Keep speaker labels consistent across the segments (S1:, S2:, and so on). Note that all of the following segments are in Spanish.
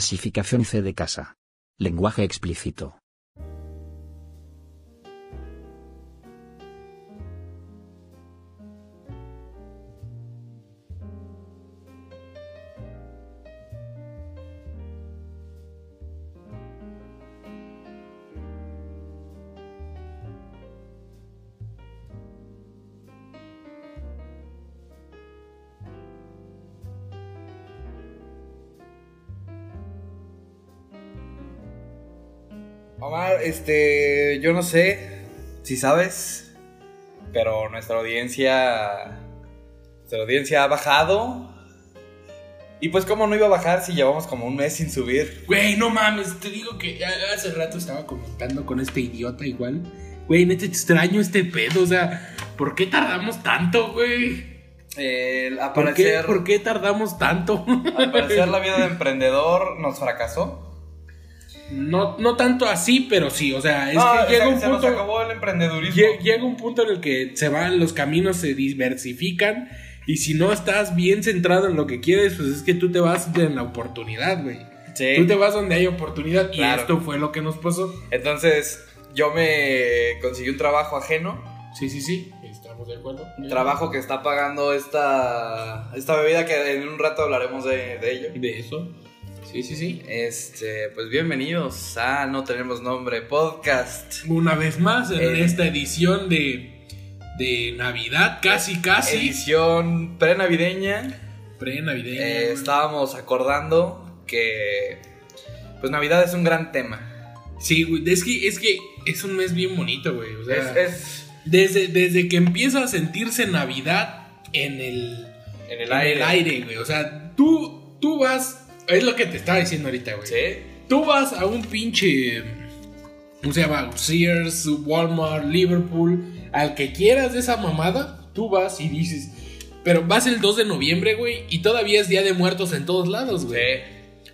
S1: Clasificación C de casa. Lenguaje explícito.
S2: Omar, este, yo no sé si sabes, pero nuestra audiencia, nuestra audiencia ha bajado. Y pues cómo no iba a bajar si llevamos como un mes sin subir.
S3: Güey, no mames, te digo que a- hace rato estaba comentando con este idiota igual. Güey, neta extraño este pedo, o sea, ¿por qué tardamos tanto, güey?
S2: Eh, al
S3: ¿Por qué,
S2: parecer-
S3: ¿Por qué tardamos tanto?
S2: al parecer la vida de emprendedor nos fracasó.
S3: No, no tanto así, pero sí, o sea, es
S2: No,
S3: que llega
S2: se-
S3: un
S2: Ah, se
S3: punto...
S2: nos acabó el emprendedurismo.
S3: Lle- Llega un punto en el que se van, los caminos se diversifican y si no estás bien centrado en lo que quieres, pues es que tú te vas en la oportunidad, güey.
S2: Sí.
S3: Tú te vas donde hay oportunidad
S2: Claro.
S3: y esto fue lo que nos pasó.
S2: Entonces, yo me conseguí un trabajo ajeno.
S3: Sí, sí, sí, estamos de acuerdo.
S2: Trabajo que está pagando esta, esta bebida que en un rato hablaremos de, de ello.
S3: de eso. Sí, sí, sí.
S2: Este, pues bienvenidos a No Tenemos Nombre Podcast.
S3: Una vez más en
S2: Eh.
S3: esta edición de, de Navidad, casi, casi.
S2: Edición prenavideña.
S3: Pre-navideña.
S2: Eh, estábamos acordando que pues Navidad es un gran tema.
S3: Sí, güey, es que, es que es un mes bien bonito, güey. o sea,
S2: Es, es
S3: Desde, desde que empieza a sentirse Navidad en el,
S2: en
S3: en
S2: el aire.
S3: el aire, güey. O sea, tú, tú vas. Es lo que te estaba diciendo ahorita, güey.
S2: Sí.
S3: Tú vas a un pinche. ¿Cómo se llama? Sears, Walmart, Liverpool. Al que quieras de esa mamada, tú vas y dices. Pero vas el 2 de noviembre, güey. Y todavía es día de muertos en todos lados, güey.
S2: Sí.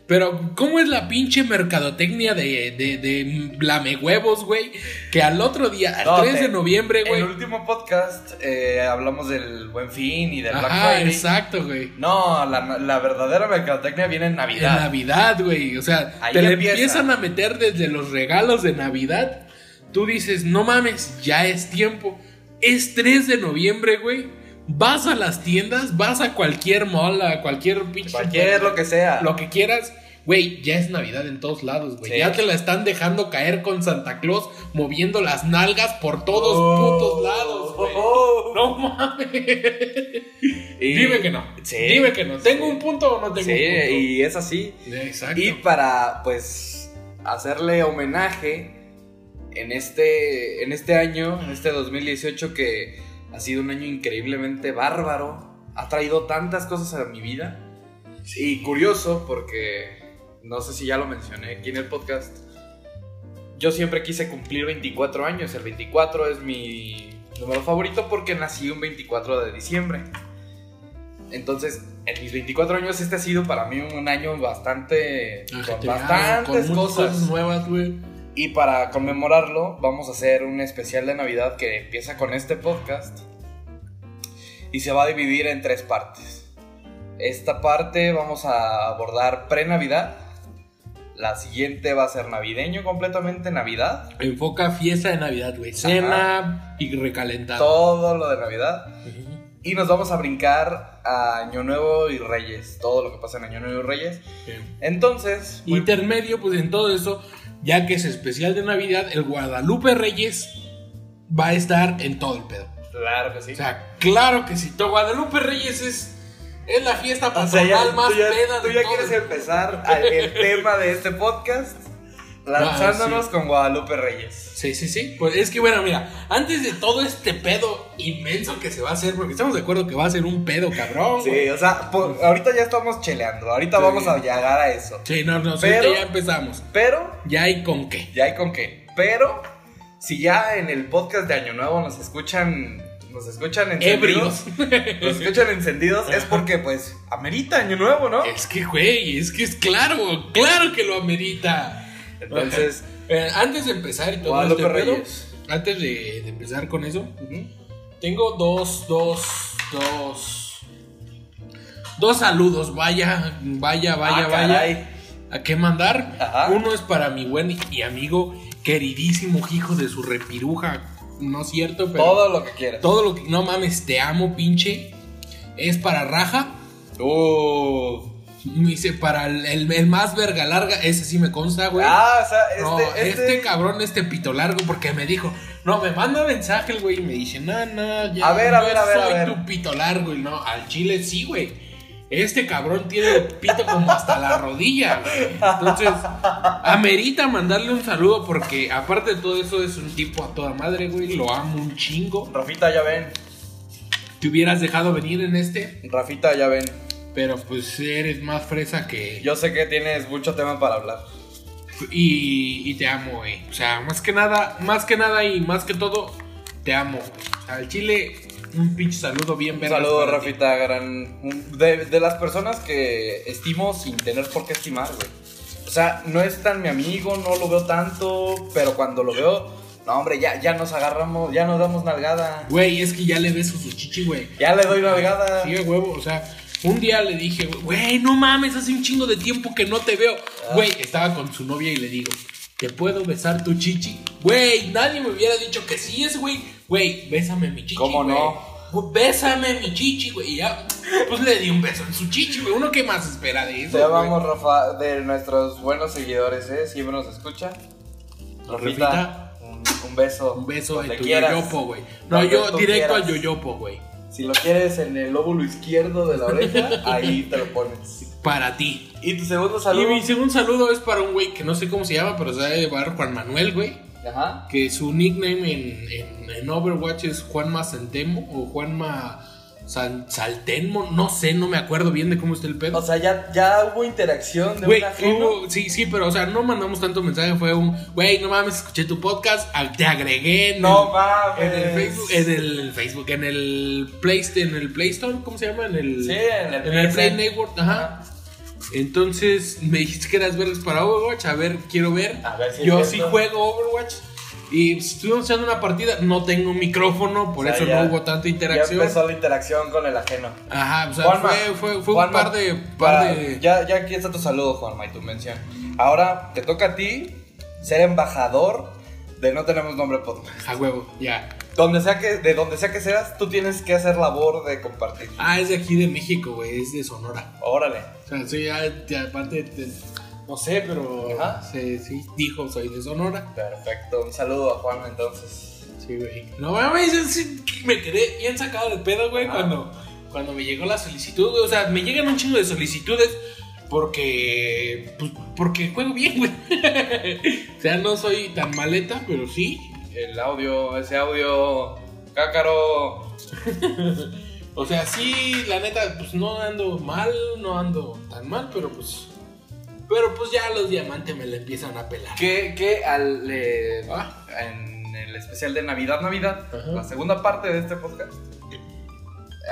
S3: Pero, ¿cómo es la pinche mercadotecnia de, de, de lamehuevos, güey? Que al otro día, al
S2: No,
S3: 3
S2: te-
S3: de noviembre,
S2: En
S3: güey.
S2: el último podcast eh, hablamos del Buen Fin y del Black
S3: Ajá,
S2: Friday.
S3: exacto, güey.
S2: No, la, la verdadera mercadotecnia viene en
S3: En
S2: Navidad.
S3: Navidad, güey. O sea,
S2: Ahí
S3: te le
S2: empieza.
S3: empiezan a meter desde los regalos de Navidad. Tú dices, no mames, ya es tiempo. Es 3 de noviembre, güey. Vas a las tiendas, vas a cualquier mall, a cualquier pinche.
S2: Cualquier lo que sea.
S3: Lo que quieras. Güey, ya es Navidad en todos lados, güey.
S2: Sí.
S3: Ya te la están dejando caer con Santa Claus, moviendo las nalgas por todos putos lados, güey.
S2: Oh, oh.
S3: No mames.
S2: Y-
S3: Dime que no.
S2: Sí.
S3: Dime que no. ¿Tengo
S2: Sí.
S3: un punto o no tengo
S2: Sí,
S3: un punto?
S2: y es así.
S3: Exacto.
S2: Y para, pues, hacerle homenaje en este, en este año, en este 2018 que ha sido un año increíblemente bárbaro, ha traído tantas cosas a mi vida. Y curioso, porque no sé si ya lo mencioné aquí en el podcast, yo siempre quise cumplir 24 años. El 24 es mi número favorito porque nací un 24 de diciembre. Entonces, en mis 24 años, este ha sido para mí un año bastante.
S3: Ajá,
S2: con
S3: te- ah,
S2: bastantes
S3: con muchas
S2: cosas.
S3: nuevas, güey.
S2: Y para conmemorarlo, vamos a hacer un especial de Navidad que empieza con este podcast y se va a dividir en tres partes. Esta parte vamos a abordar pre-Navidad. La siguiente va a ser navideño completamente, Navidad.
S3: Enfoca fiesta de Navidad, güey. Cena y recalentado.
S2: Todo lo de Navidad.
S3: Ujú.
S2: Y nos vamos a brincar a Año Nuevo y Reyes. Todo lo que pasa en Año Nuevo y Reyes.
S3: Bien.
S2: Entonces, muy-
S3: Intermedio, pues en todo eso, ya que es especial de Navidad, el Guadalupe Reyes va a estar en todo el pedo.
S2: claro que sí.
S3: O sea, claro que sí. To- Guadalupe Reyes es, es la fiesta
S2: O sea,
S3: patronal
S2: ya,
S3: más
S2: tú ya,
S3: peda
S2: tú
S3: de
S2: ya
S3: todo
S2: quieres
S3: el-
S2: empezar a- el tema de este podcast lanzándonos
S3: Ah, sí.
S2: con Guadalupe Reyes.
S3: Sí, sí, sí. Pues es que bueno, mira, antes de todo este pedo inmenso que se va a hacer, porque estamos de acuerdo que va a ser un pedo cabrón. güey.
S2: Sí, o sea, por- ahorita ya estamos cheleando, ahorita
S3: Sí.
S2: vamos a llegar a eso.
S3: Sí, no, no,
S2: Pero-
S3: ahorita ya empezamos.
S2: Pero,
S3: Ya hay con qué.
S2: ya hay con qué. Pero, si ya en el podcast de Año Nuevo nos escuchan, nos escuchan encendidos,
S3: Ebrios.
S2: nos escuchan encendidos, es porque pues amerita Año Nuevo, ¿no?
S3: Es que, güey, es que es claro, claro que lo amerita.
S2: Entonces,
S3: Eh, antes de empezar y todo
S2: Guadalupe
S3: este pedo,
S2: Reyes.
S3: antes de, de empezar con eso,
S2: ujú,
S3: tengo dos, dos, dos, dos saludos. Vaya, vaya, vaya,
S2: Ah,
S3: vaya.
S2: caray.
S3: a qué mandar.
S2: Ajá.
S3: Uno es para mi buen y amigo, queridísimo hijo de su repiruja. No es cierto, pero.
S2: Todo lo que quieras.
S3: todo lo que. No mames, te amo, pinche. Es para Raja.
S2: Uh.
S3: Me dice, para el, el- el más verga larga, ese sí me consta, güey.
S2: Ah, o sea, este,
S3: No, este,
S2: este,
S3: cabrón, este pito largo, porque me dijo, no, me manda mensaje el güey y me dice, no, no, ya
S2: A ver, a
S3: no
S2: ver, a ver, a
S3: soy
S2: ver".
S3: tu pito largo. Y no, al chile sí, güey. Este cabrón tiene el pito como hasta la rodilla, güey. Entonces, amerita mandarle un saludo porque, aparte de todo eso, es un tipo a toda madre, güey. Lo amo un chingo.
S2: Rafita, ya ven.
S3: Te hubieras dejado venir en este,
S2: Rafita, ya ven.
S3: pero pues eres más fresa que
S2: Yo sé que tienes mucho tema para hablar.
S3: Y, y te amo, güey. O sea, más que nada, más que nada y más que todo, te amo, güey. O sea, al chile, un pinche saludo bien
S2: Un
S3: vergas
S2: saludo,
S3: para ti.
S2: Rafita, gran. un- De, de las personas que estimo sin tener por qué estimar, güey. O sea, no es tan mi amigo, no lo veo tanto, pero cuando lo veo, no, hombre, ya, ya nos agarramos, ya nos damos nalgada.
S3: Güey, es que ya le beso su chichi, güey.
S2: Ya le doy nalgada.
S3: Sí, huevo, o sea, un día le dije, güey, no mames, hace un chingo de tiempo que no te veo.
S2: Ah.
S3: Güey, estaba con su novia y le digo, ¿te puedo besar tu chichi? Güey, nadie me hubiera dicho que sí es, güey. Güey, bésame mi chichi.
S2: ¿Cómo
S3: güey.
S2: no?
S3: Güey, Bésame mi chichi, güey. Y ya, pues le di un beso en su chichi, güey. Uno que más espera de eso.
S2: Te
S3: güey?
S2: amamos, Rafa, de nuestros buenos seguidores, ¿eh? Siempre nos escucha. Rafita,
S3: Rafita.
S2: un, un beso.
S3: Un beso
S2: donde
S3: de tu
S2: quieras.
S3: yoyopo, güey. No,
S2: Donde
S3: yo
S2: tú
S3: directo
S2: quieras.
S3: al yoyopo, güey.
S2: Si lo quieres en el óvulo izquierdo de la oreja, ahí te lo pones.
S3: Para ti.
S2: Y tu segundo saludo.
S3: Y mi segundo saludo es para un güey que no sé cómo se llama, pero se va a llamar Juan Manuel, güey.
S2: Ajá.
S3: Que su nickname en, en, en Overwatch es Juanma Santemo o Juanma San- Saltenmo. No sé, no me acuerdo bien de cómo está el
S2: O
S3: pedo.
S2: sea, ya, ya hubo interacción de
S3: Güey,
S2: un ajeno.
S3: hubo- sí, sí, pero o sea, no mandamos tanto mensaje. Fue un, güey, no mames, escuché tu podcast, a- te agregué. en
S2: No
S3: el-
S2: mames.
S3: En el Facebook, en el Facebook, en el Play, en el Play Store, ¿cómo se llama? En el,
S2: Sí, en el
S3: en el Play
S2: Play
S3: Network, ajá. Entonces me dijiste que eras vergas para Overwatch, a ver, quiero ver.
S2: A ver si
S3: Yo
S2: es
S3: sí
S2: cierto.
S3: juego Overwatch y pues, estuvimos echando una partida, no tengo micrófono, por
S2: O sea,
S3: eso
S2: ya-
S3: no hubo tanta
S2: Ya
S3: interacción.
S2: empezó la interacción con el ajeno.
S3: Ajá, o sea,
S2: Juanma,
S3: fue, fue, fue un
S2: Juanma,
S3: par de... Par
S2: para-
S3: de...
S2: Ya, ya aquí está tu saludo, Juanma, y tu mención. Ahora te toca a ti ser embajador de No Tenemos Nombre Podcast.
S3: A huevo, ya.
S2: Donde sea que, de donde sea que seas, tú tienes que hacer labor de compartir.
S3: Ah, es de aquí de México, güey, es de Sonora.
S2: Órale.
S3: O sea, soy ya, ya aparte, de- no sé, pero
S2: Ajá.
S3: sí, sí, dijo, soy de Sonora.
S2: Perfecto. Un saludo a Juanma entonces.
S3: Sí, güey. No mames, yo sí me quedé bien sacado de pedo, güey,
S2: Ah.
S3: cuando, cuando me llegó la solicitud, güey. O sea, me llegan un chingo de solicitudes porque. Pues, porque juego bien, güey. o sea, no soy tan maleta, pero sí.
S2: El audio, ese audio. Cácaro.
S3: O sea, sí, la neta, pues no ando mal, no ando tan mal, pero pues. Pero pues ya los diamantes me la empiezan a pelar.
S2: Que, que al, eh,
S3: Ah.
S2: en el especial de Navidad, Navidad,
S3: Ajá.
S2: la segunda parte de este podcast,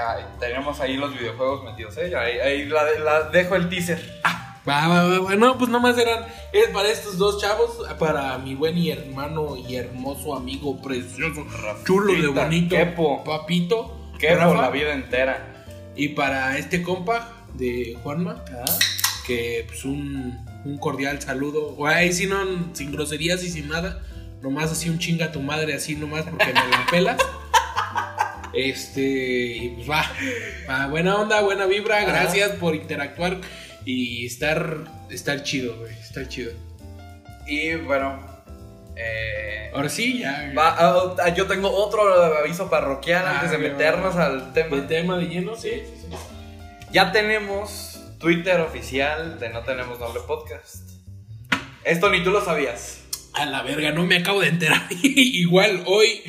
S2: ah, tenemos ahí los videojuegos metidos, ¿eh? Ahí, ahí la, la dejo el teaser.
S3: Va, va, va, va. No, pues nomás eran. Es para estos dos chavos. Para mi buen y hermano y hermoso amigo precioso. Chulo de
S2: Rafita,
S3: bonito.
S2: Kepo,
S3: Papito.
S2: Kepo
S3: Rafa,
S2: la vida entera.
S3: Y para este compa de Juanma. Que pues un, un cordial saludo. O ahí sí, no, sin groserías y sin nada. Nomás así un chinga a tu madre, así nomás porque me la pelas. Este, y pues va, va, buena onda, buena vibra,
S2: Ajá.
S3: gracias por interactuar y estar, estar chido, güey, estar chido.
S2: Y bueno, eh,
S3: Ahora sí, ya.
S2: va- ah, ah, yo tengo otro aviso parroquial
S3: Ah,
S2: antes de
S3: bien,
S2: meternos al tema.
S3: El tema de lleno, sí.
S2: Ya tenemos Twitter oficial de No Tenemos Nombre Podcast. Esto ni tú lo sabías.
S3: A la verga, no me acabo de enterar. Igual hoy,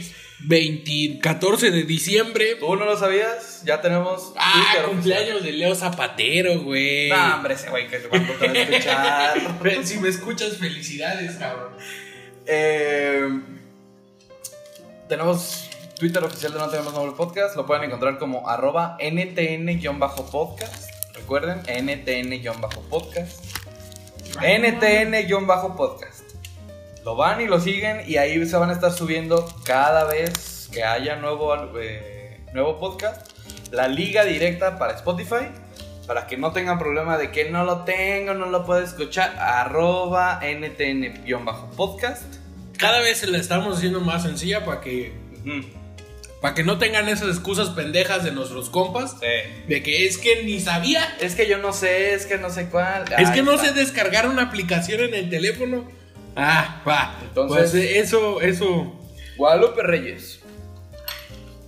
S3: 20, 14 de diciembre.
S2: ¿Tú no lo sabías? Ya tenemos.
S3: Ah,
S2: Twitter
S3: cumpleaños de Leo Zapatero, güey.
S2: oficial. No, hombre, ese güey que se va a encontrar a escuchar.
S3: Ve, Si me escuchas, felicidades, cabrón.
S2: Eh, tenemos Twitter oficial de No Tenemos Nombre Podcast. Lo pueden encontrar como arroba ntn-podcast. Recuerden, ntn-podcast. ntn-podcast. Lo van y lo siguen y ahí se van a estar subiendo cada vez que haya nuevo, eh, nuevo podcast. La liga directa para Spotify Para que no tengan problema de que no lo tengo, no lo puedo escuchar, arroba ntn-podcast.
S3: Cada vez se la estamos haciendo más sencilla para que,
S2: Ujú,
S3: para que no tengan esas excusas pendejas de nuestros compas.
S2: sí.
S3: De que es que ni sabía.
S2: Eh, Es que yo no sé, es que no sé cuál.
S3: Es
S2: Ahí
S3: que no
S2: está.
S3: sé descargar una aplicación en el teléfono. Ah, va.
S2: Entonces-
S3: Entonces, eso, eso.
S2: Guadalupe Reyes.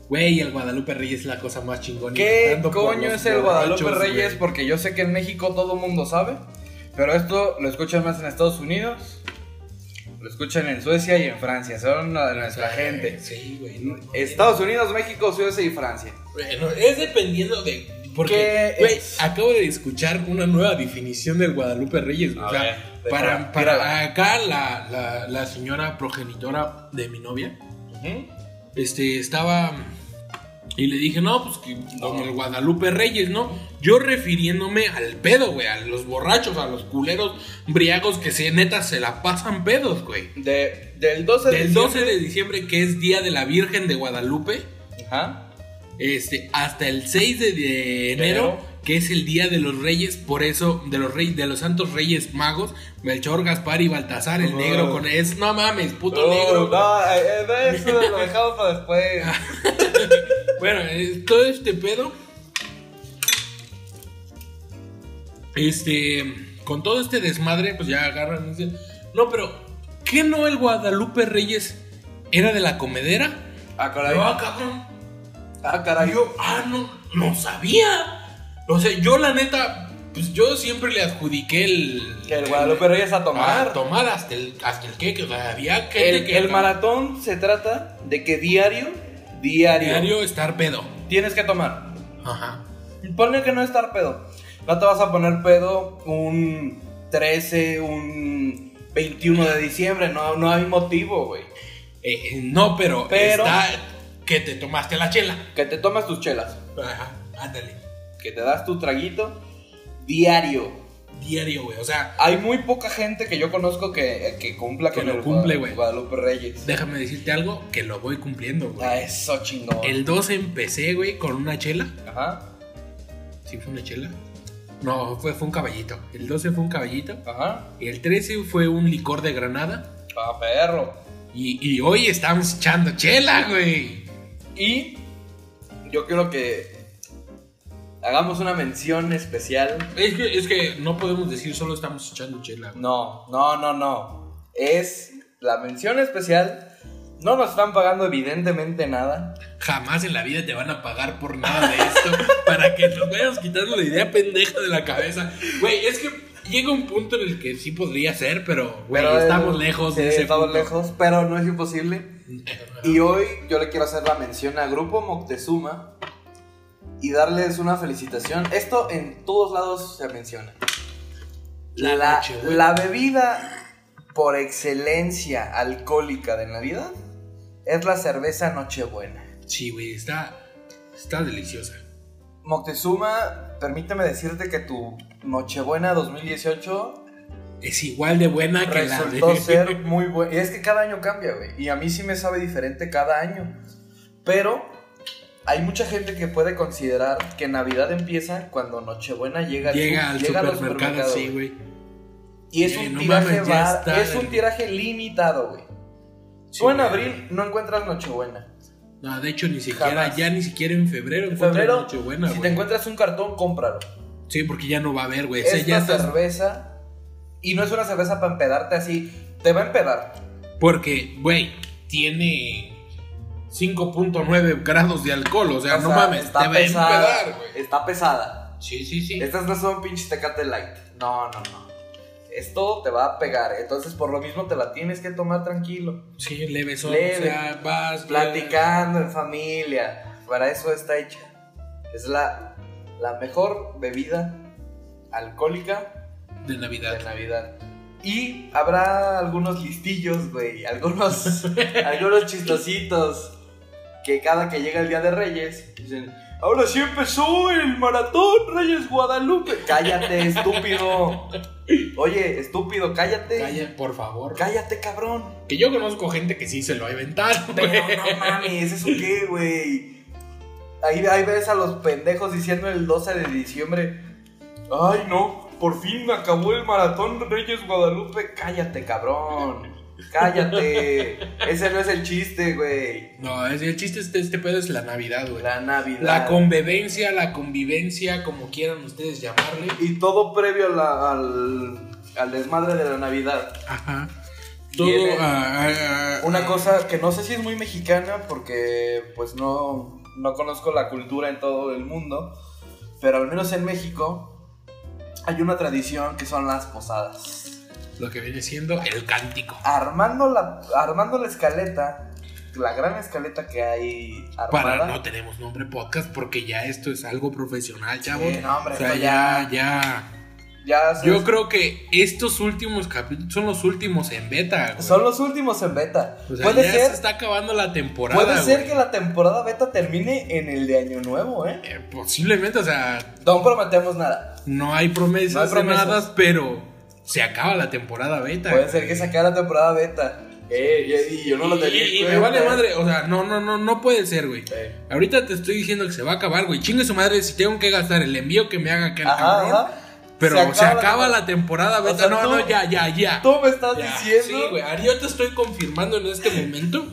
S3: Güey, el Guadalupe Reyes es la cosa más chingona.
S2: ¿Qué
S3: Tanto por
S2: coño
S3: los
S2: es el Guadalupe
S3: borrachos,
S2: Reyes?
S3: güey.
S2: Porque yo sé que en México todo el mundo sabe, pero esto lo escuchan más en Estados Unidos, lo escuchan en Suecia y en Francia, son la de nuestra gente.
S3: Sí, güey. no, no,
S2: Estados Unidos, México, Suecia y Francia.
S3: Bueno, es dependiendo de. Porque,
S2: ¿Qué
S3: güey,
S2: es?
S3: acabo de escuchar una nueva definición del Guadalupe Reyes. güey.
S2: A
S3: O sea,
S2: ver, tírala.
S3: para, para acá, la, la- la señora progenitora de mi novia, este, estaba. Y le dije, no, pues que como el Guadalupe Reyes, ¿no? Yo refiriéndome al pedo, güey, a los borrachos, a los culeros briagos que se, neta se la pasan pedos, güey.
S2: De- del 12 de
S3: Del 12 de
S2: diciembre-
S3: diciembre, que es Día de la Virgen de Guadalupe,
S2: Ajá.
S3: este, hasta el 6 de, de enero,
S2: Enero.
S3: que es el Día de los Reyes, por eso, de los reyes, de los santos reyes magos, Melchor, Gaspar y Baltasar, el
S2: Oh.
S3: negro con es, no mames, puto
S2: Oh,
S3: negro.
S2: no, eh, eh, eso lo dejamos para después.
S3: Bueno, eh, todo este pedo. Este. Con todo este desmadre, pues ya agarran y dicen. No, pero. ¿Qué no el Guadalupe Reyes era de la comedera?
S2: Ah, caray.
S3: No, cabrón.
S2: Ah, caray.
S3: Yo, ah, no, no sabía. O sea, yo la neta, pues yo siempre le adjudiqué el.
S2: Que el Guadalupe Reyes a tomar.
S3: a tomar hasta el, hasta el queque. O sea, había que.
S2: El, el maratón se trata de que diario, diario,
S3: Diario estar pedo.
S2: tienes que tomar.
S3: Ajá.
S2: Ponle que no estar pedo. No te vas a poner pedo un 13, un 21 de diciembre. No, no hay motivo, güey.
S3: Eh, eh, no, pero,
S2: Pero-
S3: está que te tomaste la chela.
S2: Que te tomas tus chelas.
S3: Ajá, ándale.
S2: Que te das tu traguito diario.
S3: Diario, güey. O sea,
S2: Hay muy poca gente que yo conozco que, que cumpla
S3: Que
S2: con
S3: lo
S2: el
S3: cumple,
S2: Guadalupe,
S3: güey.
S2: Guadalupe Reyes.
S3: déjame decirte algo que lo voy cumpliendo, güey.
S2: Ah, eso chingón.
S3: El 12 empecé, güey, con una chela.
S2: Ajá,
S3: ¿Sí fue una chela? No, fue, fue un caballito. El 12 fue un caballito.
S2: ajá.
S3: Y el 13 fue un licor de granada.
S2: Pa' perro.
S3: Y, y hoy estamos echando chela, güey.
S2: Y yo quiero que hagamos una mención especial.
S3: Es que, es que no podemos decir solo estamos echando chela, güey.
S2: No, no, no, no. Es la mención especial. No nos están pagando evidentemente nada.
S3: Jamás en la vida te van a pagar por nada de esto para que nos vayas quitando la idea pendeja de la cabeza. Güey, es que llega un punto en el que sí podría ser, pero, güey,
S2: Pero,
S3: estamos
S2: eh,
S3: lejos
S2: sí,
S3: de ese
S2: estamos
S3: punto.
S2: lejos, pero no es imposible. Y hoy yo le quiero hacer la mención a Grupo Moctezuma y darles una felicitación. Esto en todos lados se menciona.
S3: La
S2: la,
S3: noche, güey.
S2: la bebida por excelencia alcohólica de Navidad es la cerveza Nochebuena.
S3: Sí, güey, está, está deliciosa.
S2: Moctezuma, permíteme decirte que tu Nochebuena 2018
S3: Es igual de buena Ah, que la
S2: resultó
S3: de...
S2: ser muy buena. Y es que cada año cambia, güey. Y a mí sí me sabe diferente cada año. Pero hay mucha gente que puede considerar que Navidad empieza cuando Nochebuena llega, al
S3: Llega
S2: sup-
S3: al
S2: llega a los
S3: supermercado,
S2: supermercados,
S3: sí, güey.
S2: Y es
S3: Sí,
S2: un
S3: no
S2: tiraje
S3: mames, ya
S2: va-
S3: está,
S2: es un
S3: güey.
S2: tiraje limitado, güey.
S3: Sí,
S2: Tú en
S3: güey.
S2: abril no encuentras Nochebuena.
S3: No, de hecho, ni siquiera,
S2: Jamás.
S3: ya ni siquiera en febrero.
S2: En
S3: encuentras
S2: febrero,
S3: Nochebuena,
S2: si te
S3: güey.
S2: encuentras un cartón, cómpralo.
S3: Sí, porque ya no va a haber, güey. O sea,
S2: Es
S3: ya
S2: una
S3: estás-
S2: cerveza. Y no es una cerveza para empedarte así. Te va a empedar.
S3: Porque, güey, tiene 5.9 grados de alcohol. O sea,
S2: O
S3: no
S2: sea,
S3: mames, te
S2: está
S3: va a
S2: pesada.
S3: empedar, güey.
S2: Está pesada.
S3: Sí, sí, sí.
S2: Estas no son pinches tecate light. No, no, no. Esto te va a pegar. Entonces, por lo mismo, te la tienes que tomar tranquilo.
S3: Sí, leve son.
S2: Leve.
S3: O sea, vas.
S2: Platicando en familia. Para eso está hecha. Es la, la mejor bebida alcohólica
S3: De
S2: de
S3: Navidad.
S2: Navidad. Y habrá algunos listillos, güey, algunos, algunos chistositos que cada que llega el Día de Reyes dicen, ahora sí empezó el maratón Reyes Guadalupe. Cállate, estúpido. Oye, estúpido, cállate.
S3: Calla, por favor.
S2: Cállate, cabrón.
S3: Que yo conozco gente que sí se lo ha inventado.
S2: Pero
S3: güey.
S2: no mames, ¿eso qué, güey? Ahí, ahí ves a los pendejos diciendo el 12 de diciembre, Ay, no, por fin acabó el maratón Reyes Guadalupe. Cállate, cabrón. Cállate. Ese no es el chiste, güey.
S3: No, es- el chiste de este pedo es la Navidad, güey. La,
S2: La Navidad.
S3: convivencia, la convivencia, como quieran ustedes llamarle.
S2: y todo previo a la- al, al desmadre de la Navidad.
S3: Ajá.
S2: Viene
S3: Todo. ah, ah, ah,
S2: Una cosa que no sé si es muy mexicana porque pues no, no conozco la cultura en todo el mundo, pero al menos en México hay una tradición que son las posadas.
S3: Lo que viene siendo el cántico.
S2: armando la, armando la escaleta, la gran escaleta que hay armada. eh,
S3: Para no tenemos nombre podcast porque ya esto es algo profesional, chavos.
S2: Sí, no, hombre,
S3: o sea,
S2: esto
S3: ya,
S2: ya-
S3: ya.
S2: ya se-
S3: Yo creo que estos últimos capítulos son los últimos en beta, güey.
S2: son los últimos en beta.
S3: O sea,
S2: puede
S3: ya se
S2: ser,
S3: está acabando la temporada.
S2: puede ser
S3: güey.
S2: que la temporada beta termine en el de Año Nuevo, ¿eh?
S3: Eh, posiblemente, o sea,
S2: No prometemos nada.
S3: no hay promesas,
S2: No hay promesas.
S3: de nada, pero se acaba la temporada beta.
S2: Puede
S3: güey.
S2: ser que se acabe la temporada beta. Eh, y- y yo no lo tenía. en
S3: Y, y me
S2: cuenta.
S3: vale madre, o sea, no, no, no, no puede ser, güey.
S2: Eh.
S3: Ahorita te estoy diciendo que se va a acabar, güey. Chingue su madre si tengo que gastar el envío que me haga aquel
S2: Ajá,
S3: cabrón.
S2: ajá.
S3: Pero se acaba, la temporada,
S2: O
S3: beta.
S2: sea,
S3: no,
S2: tú-
S3: no, ya, ya, ya.
S2: Tú me estás
S3: Ya. Sí,
S2: diciendo
S3: güey. ahora Yo te estoy confirmando en este momento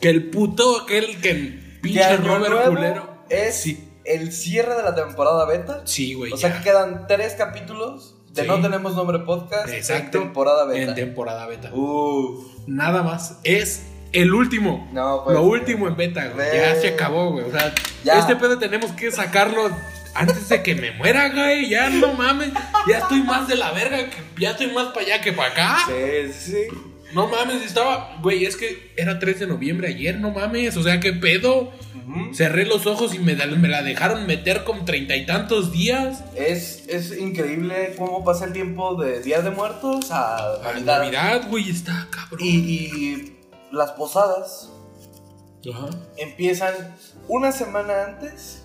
S3: que el puto aquel que el
S2: que
S3: pinche
S2: Año
S3: Robert
S2: Nuevo
S3: culero.
S2: es
S3: Sí.
S2: el cierre de la temporada beta.
S3: Sí, güey.
S2: O sea
S3: ya.
S2: que quedan tres capítulos de
S3: Sí.
S2: No Tenemos Nombre Podcast
S3: Exacto.
S2: en temporada beta.
S3: En temporada beta.
S2: Uf,
S3: Nada más. Es el último.
S2: No, pues,
S3: Lo
S2: sí.
S3: último en beta, güey.
S2: Ve.
S3: Ya se acabó, güey. O sea,
S2: Ya.
S3: este pedo tenemos que sacarlo antes de que me muera, güey. Ya no mames. Ya estoy más de la verga. que- ya estoy más para allá que para acá.
S2: sí, sí.
S3: No mames, estaba. Güey, es que era 3 de noviembre ayer, no mames. O sea, qué pedo.
S2: Ujú.
S3: Cerré los ojos y me, da- me la dejaron meter con treinta y tantos días.
S2: Es, es increíble cómo pasa el tiempo de Día de Muertos a
S3: A
S2: Navidad.
S3: Navidad, güey, está cabrón.
S2: Y, y las posadas
S3: Ajá.
S2: empiezan una semana antes,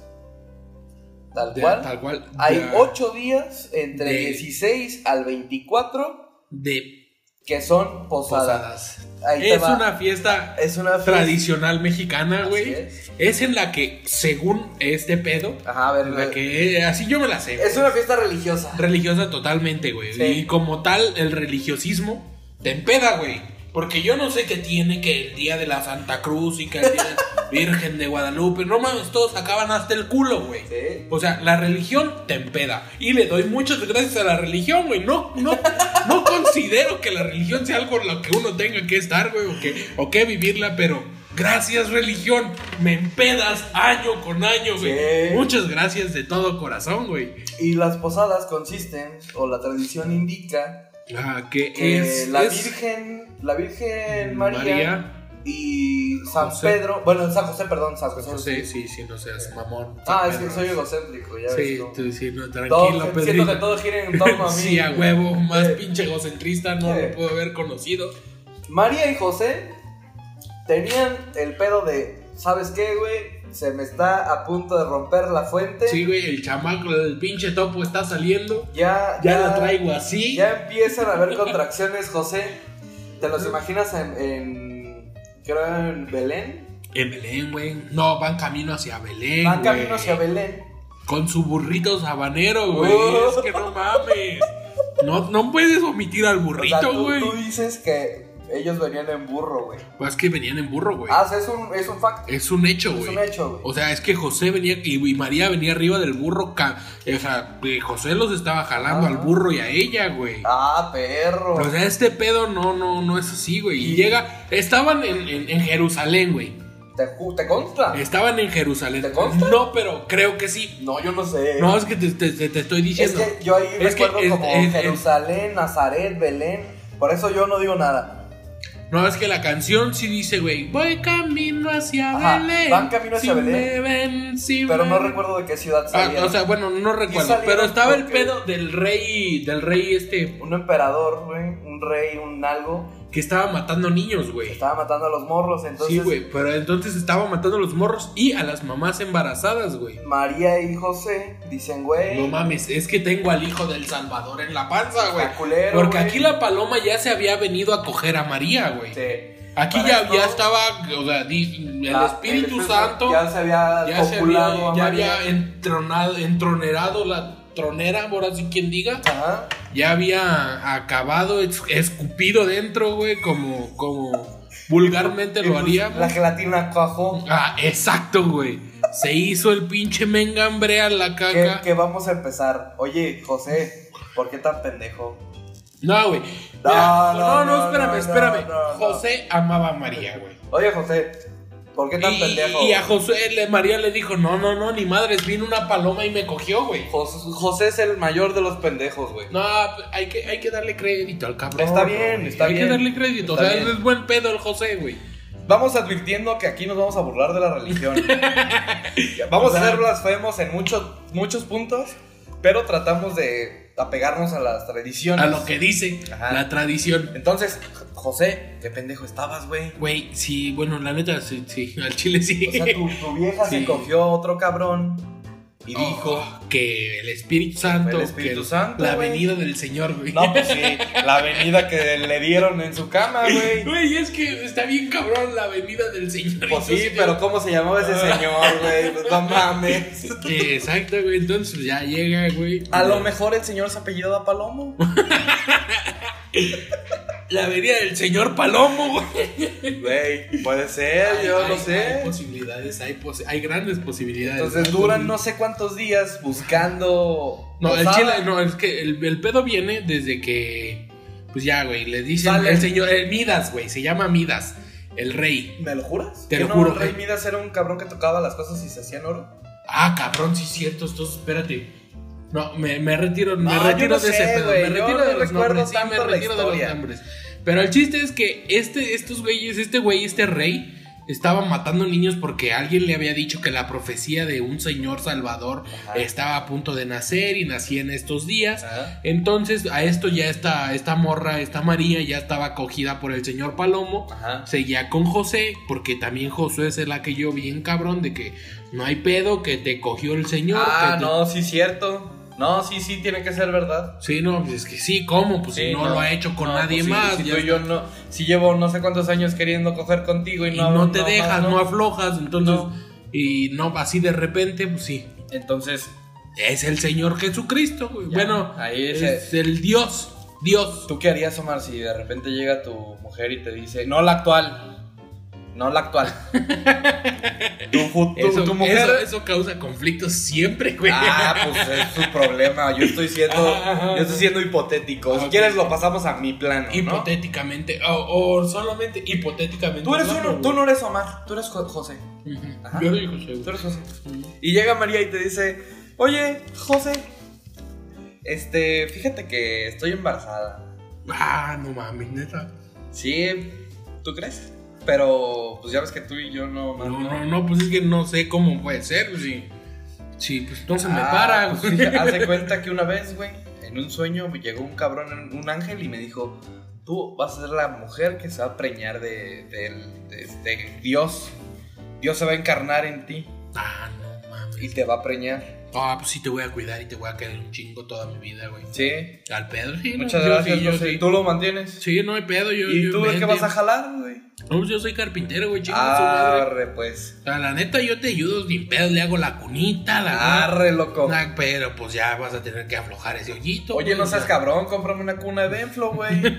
S2: tal
S3: De-
S2: cual.
S3: Tal cual.
S2: Hay
S3: de-
S2: ocho días entre
S3: De-
S2: 16 al 24
S3: De
S2: que son posadas.
S3: posadas.
S2: Ahí te
S3: Es
S2: va.
S3: una fiesta
S2: Es una fiesta.
S3: tradicional mexicana,
S2: Así
S3: güey.
S2: es.
S3: Es. en la que, según este pedo,
S2: Ajá, a ver,
S3: en la
S2: ve.
S3: que así yo me la sé.
S2: Ah, Es
S3: güey.
S2: una fiesta religiosa.
S3: religiosa totalmente, güey.
S2: Sí.
S3: Y como tal, el religiosismo te empeda, güey. Porque yo no sé qué tiene que el día de la Santa Cruz y que el día de la Virgen de Guadalupe. No mames, todos acaban hasta el culo, güey.
S2: Sí.
S3: O sea, la religión te empeda. Y le doy muchas gracias a la religión, güey. No, no, no considero que la religión sea algo en lo que uno tenga que estar, güey, o que, o que vivirla, pero gracias, religión. Me empedas año con año, güey.
S2: Sí.
S3: Muchas gracias de todo corazón, güey.
S2: Y las posadas consisten, o la tradición indica,
S3: Ah, que
S2: que
S3: es
S2: la
S3: es
S2: Virgen, la Virgen María, y San
S3: José.
S2: Pedro, bueno, San José, perdón, San José.
S3: No sé, sí, sí, no seas mamón.
S2: Ah,
S3: San
S2: es que
S3: Pedro.
S2: soy egocéntrico, ya
S3: Sí,
S2: ves. ¿no?
S3: tú, sí, no,
S2: Todo-
S3: tranquilo,
S2: siento que
S3: Pedrito.
S2: todo gira en torno a mí.
S3: Sí, a huevo, más
S2: Sí.
S3: pinche egocentrista no
S2: Sí.
S3: lo puedo haber conocido.
S2: María y José tenían el pedo de, ¿sabes qué, güey? Se me está a punto de romper la fuente.
S3: Sí, güey, el chamaco, el pinche topo está saliendo.
S2: Ya,
S3: Ya la traigo así.
S2: Ya empiezan a haber contracciones, José. ¿Te los imaginas en, en creo en Belén?
S3: En Belén, güey. No, van camino hacia Belén.
S2: Van
S3: güey.
S2: camino hacia Belén.
S3: Con su burrito sabanero, güey.
S2: Oh.
S3: Es que no mames. No, no puedes omitir al
S2: O sea,
S3: burrito,
S2: tú,
S3: güey.
S2: tú dices que ellos venían en burro, güey.
S3: Pues que venían en burro, güey.
S2: Ah, o sea, es un, es un fact.
S3: Es un hecho,
S2: Es
S3: güey.
S2: un hecho,
S3: O
S2: güey.
S3: sea, es que José venía y, y María venía arriba del burro. ca- o sea, que José los estaba jalando
S2: Ajá.
S3: al burro y a ella, güey.
S2: Ah, perro.
S3: O sea, este pedo no, no, no es así, güey. Y llega, estaban en, en- en Jerusalén, güey.
S2: ¿Te, ju- te consta?
S3: Estaban en Jerusalén.
S2: Ah. ¿Te consta?
S3: No, pero creo que sí.
S2: No, yo no sé.
S3: No, es que te, te- te- te estoy
S2: es
S3: diciendo.
S2: que yo ahí
S3: Es que
S2: recuerdo
S3: es-
S2: como
S3: es- es-
S2: Jerusalén, Nazaret, Belén. Por eso yo no digo nada.
S3: No, es que la canción sí dice, güey, voy camino hacia
S2: Ajá,
S3: Belén.
S2: van camino hacia
S3: si
S2: Belén.
S3: me ven, si
S2: Pero
S3: me
S2: no
S3: ven".
S2: recuerdo de qué ciudad
S3: Ah,
S2: salía.
S3: o sea, bueno, no recuerdo.
S2: salieron
S3: Pero estaba el
S2: porque-
S3: pedo del rey, del rey este,
S2: un emperador, güey, un rey, un algo.
S3: que estaba matando niños, güey.
S2: Estaba matando a los morros, entonces
S3: Sí, güey, pero entonces estaba matando a los morros y a las mamás embarazadas, güey.
S2: María y José dicen, güey,
S3: No mames, es que tengo al hijo del Salvador en la panza, güey.
S2: está culero,
S3: Porque
S2: güey.
S3: aquí la paloma ya se había venido a coger a María, güey.
S2: Sí.
S3: Aquí
S2: Para
S3: ya,
S2: esto-
S3: ya estaba, o sea, di- el
S2: Ah,
S3: Espíritu
S2: Espíritu
S3: Santo
S2: ya se había
S3: ya se
S2: copulado
S3: había,
S2: a
S3: ya
S2: María.
S3: había entronado, entronerado la tronera, por así quien diga,
S2: Ajá.
S3: ya había acabado, es- escupido dentro, güey, como, como vulgarmente lo haríamos.
S2: La gelatina cuajó.
S3: Ah, exacto, güey. Se hizo el pinche mengambre a la
S2: Que,
S3: caca.
S2: que vamos a empezar. Oye, José, ¿por qué tan pendejo?
S3: No, güey.
S2: No,
S3: Mira,
S2: no, no,
S3: no, no, espérame,
S2: no,
S3: espérame.
S2: no, no.
S3: José amaba a María, güey.
S2: Oye, José, ¿por qué tan pendejo?
S3: Y, y a José, le- María le dijo, no, no, no, ni madres, vino una paloma y me cogió, güey.
S2: Jos- José es el mayor de los pendejos, güey.
S3: No, hay que, hay que darle crédito al cabrón.
S2: Está bien,
S3: güey.
S2: está
S3: hay
S2: bien.
S3: que darle crédito.
S2: Está
S3: o sea,
S2: bien.
S3: es buen pedo el José, güey.
S2: Vamos advirtiendo que aquí nos vamos a burlar de la religión. vamos
S3: O sea-
S2: a ser blasfemos en muchos, muchos puntos, pero tratamos de apegarnos a las tradiciones.
S3: A lo que dice
S2: Ajá.
S3: la tradición.
S2: Entonces, José, qué pendejo estabas, güey.
S3: Güey, sí, bueno, la neta, sí, sí, al chile sí.
S2: O sea, tu, tu vieja se
S3: Sí.
S2: cogió a otro cabrón y
S3: Oh,
S2: dijo.
S3: que el Espíritu Santo,
S2: El Espíritu
S3: que
S2: Santo,
S3: la
S2: güey.
S3: venida del Señor, güey.
S2: No, pues sí, la avenida que le dieron en su cama, güey.
S3: Güey, es que está bien cabrón la venida del Señor.
S2: Pues sí,
S3: Entonces,
S2: pero ¿cómo se llamaba ese señor, güey? Pues no mames.
S3: Eh, Exacto, güey. Entonces pues, ya llega, güey.
S2: A lo mejor el señor se apellidaba Palomo.
S3: La venida del Señor Palomo, güey.
S2: Güey, puede ser, yo
S3: Hay-
S2: no
S3: hay-
S2: sé.
S3: Hay posibilidades, hay, posi- hay grandes posibilidades.
S2: Entonces duran no sé cuántos días buscando.
S3: No, el
S2: posada.
S3: chile, no, es que el, el pedo viene desde que. Pues ya, güey, le dicen.
S2: Sale.
S3: El señor. El Midas, güey, se llama Midas, el rey.
S2: ¿Me lo juras?
S3: Te
S2: ¿Que
S3: lo
S2: no,
S3: juro,
S2: el Rey
S3: güey.
S2: Midas era un cabrón que tocaba las cosas y se hacían oro.
S3: Ah, cabrón, sí, es cierto, entonces espérate. No, me, me retiro, me
S2: No, yo
S3: retiro
S2: no
S3: de ese
S2: sé,
S3: pedo.
S2: güey,
S3: Me
S2: yo
S3: retiro
S2: no
S3: de los
S2: recuerdo
S3: nombres, sí,
S2: tanto
S3: me
S2: la
S3: retiro de los
S2: historia.
S3: nombres. Pero el chiste es que este, estos güeyes, este güey, este rey, estaba matando niños porque alguien le había dicho que la profecía de un señor salvador
S2: Ajá.
S3: estaba a punto de nacer y nacía en estos días. Entonces, a esto ya está, esta morra, esta María, ya estaba cogida por el señor Palomo.
S2: Ajá.
S3: Seguía con José, porque también José es el que yo bien cabrón de que no hay pedo, que te cogió el señor.
S2: Ah,
S3: que te-
S2: no, sí, cierto. No, sí, sí, tiene que ser verdad.
S3: Sí, no, pues es que sí, ¿cómo? Pues si no, lo ha hecho con
S2: No,
S3: nadie
S2: pues sí,
S3: más.
S2: sí,
S3: ya
S2: tú y
S3: está.
S2: yo no, si llevo no sé cuántos años queriendo coger contigo y
S3: y
S2: no.
S3: no, te dejas,
S2: más,
S3: no, aflojas, entonces...
S2: No.
S3: Y no, así de repente, pues sí.
S2: Entonces,
S3: Es el Señor Jesucristo, güey.
S2: Ya,
S3: Bueno,
S2: ahí
S3: es,
S2: es
S3: el Dios, Dios.
S2: ¿tú qué harías, Omar, si de repente llega tu mujer y te dice, no la actual? No la actual. tu, fu- tu-
S3: Eso,
S2: tu mujer.
S3: eso- eso causa conflictos siempre, güey.
S2: Ah, pues es su problema. Yo estoy siendo,
S3: Ajá, ajá.
S2: yo estoy siendo hipotético.
S3: Ah, ok.
S2: Si quieres lo pasamos a mi plano. ¿no?
S3: Hipotéticamente, o, o solamente hipotéticamente.
S2: Tú eres
S3: hablando,
S2: uno, tú no eres Omar, tú eres Jo- José.
S3: güey.
S2: Ajá.
S3: Yo digo, sí, güey.
S2: Tú eres José. Y llega María y te dice, oye, José, este, fíjate que estoy embarazada.
S3: Ah, no mames, neta.
S2: Sí, ¿tú crees? Pero, pues ya ves que tú y yo no...
S3: No, no, no, pues es que no sé cómo puede ser, pues, sí. Sí, pues no se me
S2: Ah,
S3: para,
S2: pues,
S3: güey.
S2: fíjate, haz de cuenta que una vez, güey, en un sueño me llegó un cabrón, un ángel, y me dijo, tú vas a ser la mujer que se va a preñar de, del- de- de Dios. Dios se va a encarnar en ti
S3: Ah, no
S2: y
S3: mames.
S2: te va a preñar.
S3: Ah, pues sí te voy a cuidar y te voy a querer un chingo toda mi vida, güey.
S2: Sí.
S3: Al pedo, sí. no,
S2: Muchas
S3: yo
S2: gracias,
S3: sí, yo
S2: José.
S3: sí.
S2: ¿Tú lo mantienes?
S3: Sí, no hay pedo, yo.
S2: ¿Y
S3: yo
S2: tú de qué
S3: vente.
S2: vas a jalar, Ah, güey?
S3: No, pues yo soy carpintero, güey, chingo su madre.
S2: Arre, pues.
S3: O sea, la neta, yo te ayudo sin pedo, le hago la cunita, la.
S2: Arre, loco.
S3: Nah, pero pues ya vas a tener que aflojar ese hoyito.
S2: Oye,
S3: güey,
S2: no
S3: o
S2: seas
S3: sea.
S2: cabrón, cómprame una cuna de Enflo, güey.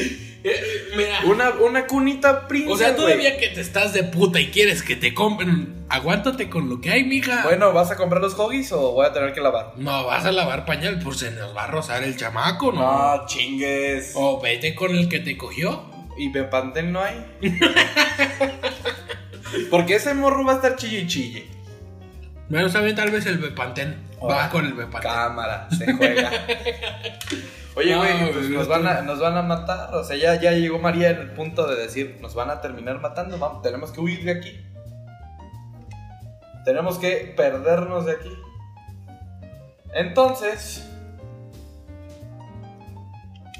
S3: Eh, Mira,
S2: Una, una cunita príncipe.
S3: o sea,
S2: güey.
S3: todavía que te estás de puta y quieres que te compren, aguántate con lo que hay, mija.
S2: Bueno, ¿vas a comprar los hoggies o voy a tener que lavar?
S3: No vas a lavar pañal, pues se nos va a rozar el chamaco, ¿no?
S2: No, chingues.
S3: O vete con el que te cogió.
S2: Y Bepantel no hay. Porque ese morro va a estar chille y chille.
S3: Bueno, saben, tal vez el Bepantén. va
S2: Ahora,
S3: con el Bepantén.
S2: Cámara, se juega. Oye,
S3: No,
S2: güey,
S3: güey,
S2: pues
S3: no
S2: nos, van a, nos van a matar. O sea, ya, ya llegó María en el punto de decir, nos van a terminar matando. Vamos, tenemos que huir de aquí. Tenemos que perdernos de aquí. Entonces,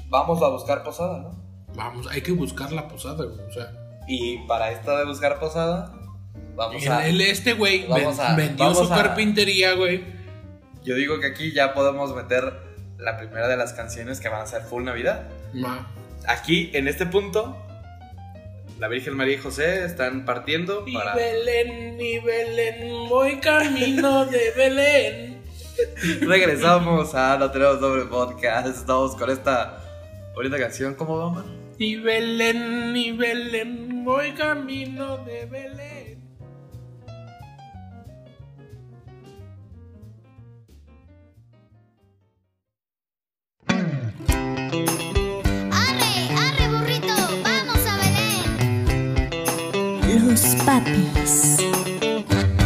S2: vamos a buscar posada, ¿no?
S3: Vamos, hay que buscar la posada, güey. O sea,
S2: Y para esta de buscar posada, vamos a...
S3: el, el- este güey
S2: vamos
S3: ven-
S2: a-
S3: vendió
S2: vamos
S3: su
S2: a-
S3: carpintería, güey.
S2: Yo digo que aquí ya podemos meter la primera de las canciones que van a ser full Navidad.
S3: Ma-
S2: Aquí, en este punto, la Virgen María y José están partiendo
S3: Mi
S2: para...
S3: Belén, mi Belén, voy camino de Belén.
S2: Regresamos a No Tenemos Nombre Podcast. Estamos con esta bonita canción. ¿Cómo va, man?
S3: Y Belén, y Belén, voy camino de Belén.
S4: ¡Arre, arre, burrito! ¡Vamos a Belén!
S5: Los papis.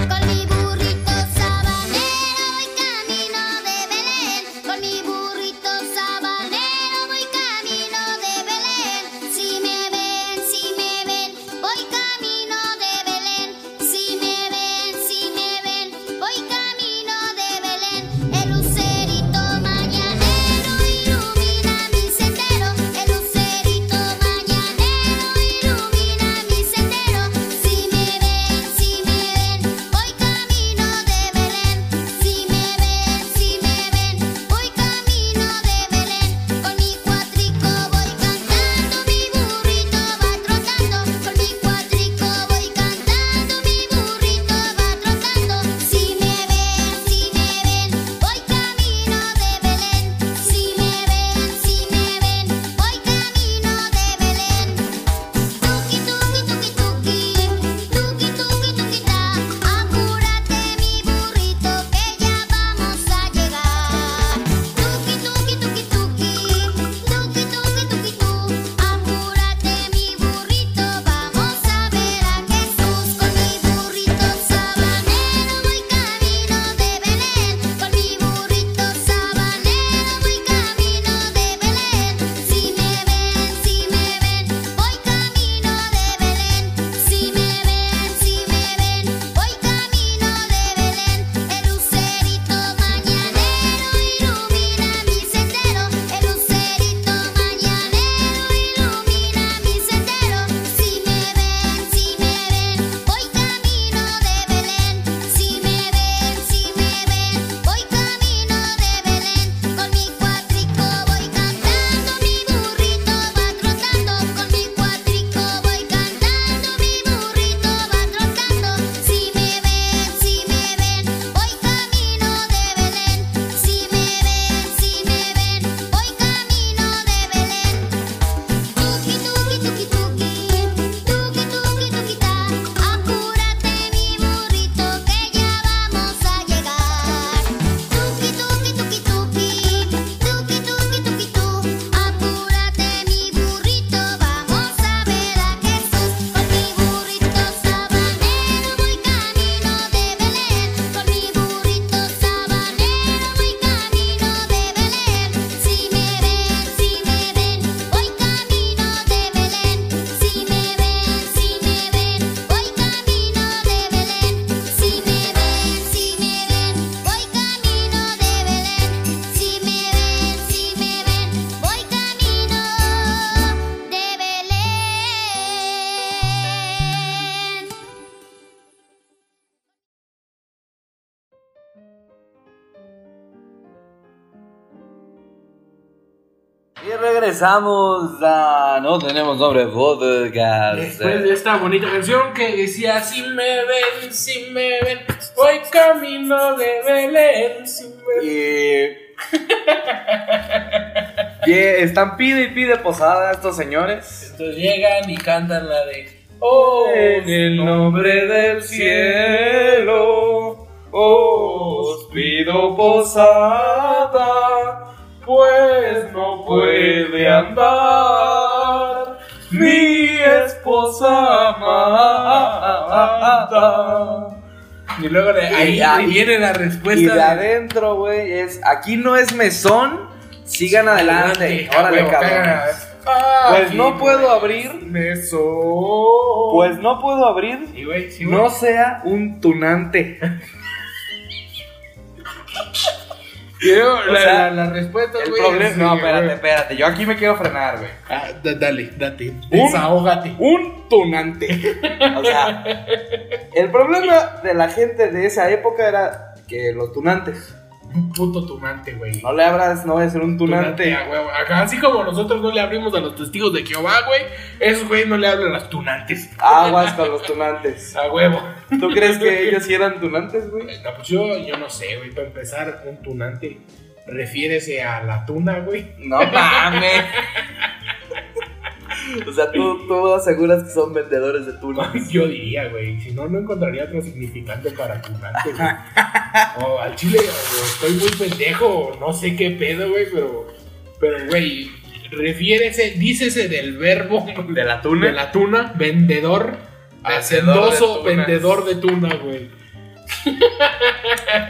S4: Con mi burrito sabanero voy camino de Belén. Con mi burrito sabanero voy camino de Belén. Si me ven, si me ven, voy camino de Belén. Si me ven, si me ven, voy camino de Belén. El lucerito mañanero ilumina mi sendero. El lucerito mañanero ilumina mi sendero. Si me ven, si me ven, voy camino de Belén. Si me ven, si me ven, voy camino de Belén. Con mi cuatrico voy cantando, mi burrito va trotando. Con mi cuatrico voy cantando, mi burrito va trotando. Si me ven, si me ven, voy camino de Belén. Si me ven, si me ven, voy camino de Belén. Tuki, tuki, tuki, tuki, tuki, tuki, tuki, ta. Apúrate, mi burrito, que ya vamos a llegar. Tuki, tuki, tuki, tuki, tuki, tuki, tuki, tu. Apúrate, mi burrito, vamos a ver a Jesús. Con mi burrito sabanero voy camino de Belén. Con mi burrito sabanero voy camino de Belén. Si me ven, si me ven, voy camino de Belén. Si me ven, si me ven, voy camino de Belén. El lucerito mañanero ilumina mi sendero. El lucerito mañanero ilumina mi sendero. Si me ven, si me ven, voy camino de Belén. Si me ven, si me ven, voy camino de Belén. Con mi cuatrico voy cantando, mi burrito va trotando. Con mi cuatrico voy cantando, mi burrito va trotando. Si me ven, si me ven, voy camino de Belén. Si me ven, si me ven, voy camino de Belén. Tuki, tuki, tuki, tuki, tuki, tuki, tuki, ta. Apúrate, mi burrito, que ya vamos a llegar. Tuki, tuki, tuki, tuki, tuki, tuki, tuki, tu. Apúrate, mi burrito, vamos a ver a Jesús. Con mi burrito sabanero voy camino de Belén. Con mi burrito sabanero voy camino de Belén. Si me ven, si me ven, voy camino de Belén. Si me ven, si me ven, voy camino de Belén. Si me ven, si me ven, voy camino de Belén. Si me ven, si me ven, voy camino de Belén.
S2: Y regresamos a No Tenemos Nombre Podcast.
S3: Después de esta bonita canción que decía Si me ven, si me ven, voy camino de Belén. Si me ven.
S2: Y... y están pide y pide posada estos señores.
S3: Entonces llegan y cantan la de Oh,
S2: nombre del cielo os pido posada, pues no puede andar mi esposa amada.
S3: Y luego de ahí,
S2: Y ahí-
S3: viene la respuesta.
S2: Y de
S3: de-
S2: adentro, güey, es. Aquí no es mesón. Sigan adelante.
S3: Ah,
S2: Órale,
S3: huevo,
S2: cabrón.
S3: cágala. Ah,
S2: Pues
S3: sí,
S2: no
S3: güey.
S2: puedo abrir.
S3: Eso.
S2: Pues no puedo abrir.
S3: Sí, güey, sí, güey.
S2: No sea un tunante.
S3: Y luego la,
S2: sea,
S3: la- la respuesta,
S2: El
S3: güey,
S2: problema.
S3: es-
S2: No, espérate, espérate. Yo aquí me quiero frenar, güey.
S3: Ah, da- dale, date. Desahógate.
S2: Un tunante. O sea, el problema de la gente de esa época era que los tunantes.
S3: un puto tunante, güey.
S2: No le abras, no voy a ser un tunante.
S3: a huevo. Ajá, Así como nosotros no le abrimos a los testigos de Jehová, güey, esos güey no le hablan a las tunantes.
S2: Aguas con los tunantes.
S3: A huevo.
S2: ¿Tú crees que ellos sí eran tunantes, güey?
S3: No, pues yo, yo no sé, güey. Para empezar, un tunante refiérese a la tuna, güey.
S2: No mames. O sea, tú, tú aseguras que son vendedores de tunas.
S3: Yo diría, güey, si no, no encontraría otro significante para tunante, güey. O al chile, o estoy muy pendejo, o no sé qué pedo, güey, pero, pero, güey, refiérese, dícese del verbo
S2: ¿De la
S3: de
S2: tuna?
S3: la tuna, vendedor,
S2: Hacedor de
S3: hacendoso,
S2: tunas.
S3: vendedor de tuna, güey.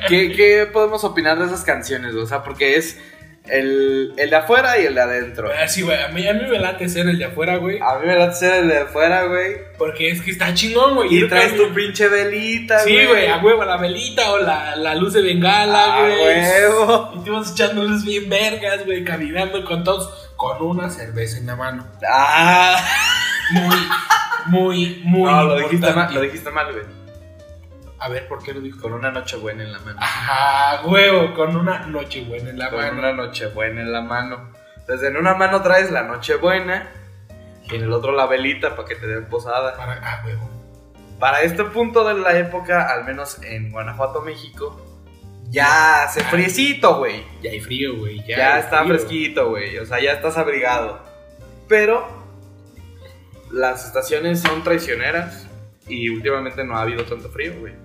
S2: ¿Qué, qué podemos opinar de esas canciones? O sea, porque es el, el de afuera y el de adentro.
S3: Así, güey, a mí, a mí me late ser el de afuera, güey,
S2: A mí me late ser el de afuera, güey.
S3: porque es que está chingón, güey.
S2: Y
S3: Pues Yo
S2: traes
S3: creo-
S2: tu pinche velita, güey.
S3: Sí, güey, a huevo, la velita o la, la luz de bengala,
S2: A
S3: güey.
S2: huevo.
S3: Y te vas echando luces bien vergas, güey, caminando con todos, con una cerveza en la mano.
S2: Ah,
S3: Muy, muy, muy.
S2: no, lo dijiste,
S3: importante.
S2: mal, lo dijiste mal, güey.
S3: A ver, ¿por qué lo dijo?
S2: Con una noche buena en la
S3: Ah,
S2: mano.
S3: Ajá, huevo, con una noche buena en la
S2: Con
S3: mano.
S2: una noche buena en la mano. Entonces, en una mano traes la noche buena y en el otro la velita para que te den posada.
S3: Para, ah, huevo.
S2: Para este punto de la época, al menos en Guanajuato, México, ya
S3: Ah.
S2: hace friecito, güey.
S3: Ya hay frío, güey. Ya,
S2: Ya,
S3: hay
S2: está
S3: frío.
S2: fresquito, güey. O sea, ya estás abrigado. Pero las estaciones son traicioneras y últimamente no ha habido tanto frío, güey.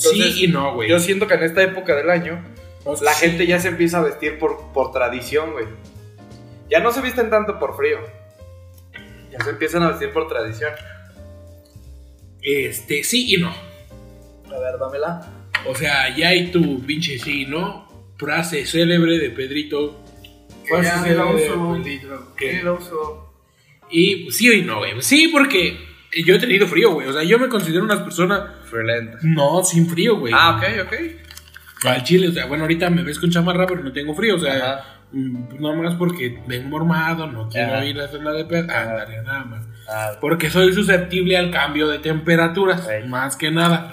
S2: Entonces,
S3: sí y no, güey.
S2: Yo siento que en esta época del año
S3: Pues
S2: la
S3: sí.
S2: gente ya se empieza a vestir por, por tradición, güey. Ya no se visten tanto por frío. Ya se empiezan a vestir por tradición.
S3: Este, sí y no.
S2: A ver, dámela.
S3: O sea, ya hay tu pinche sí y no. Frase célebre de Pedrito.
S2: Pues,
S3: Frase célebre de Pedrito. ¿Qué? Y pues, sí y no, güey. Sí, porque yo he tenido frío, güey. O sea, yo me considero una persona
S2: Friolenta.
S3: no sin frío, güey.
S2: Ah, ok, ok.
S3: Al chile, o sea, bueno, ahorita me ves con chamarra, pero no tengo frío, o sea,
S2: Ajá.
S3: mm, no más porque vengo mormado, no quiero
S2: Ajá.
S3: ir a hacer la de pedo. Ándale, nada más.
S2: Ah,
S3: Porque soy susceptible al cambio de temperaturas,
S2: Ey.
S3: más que nada.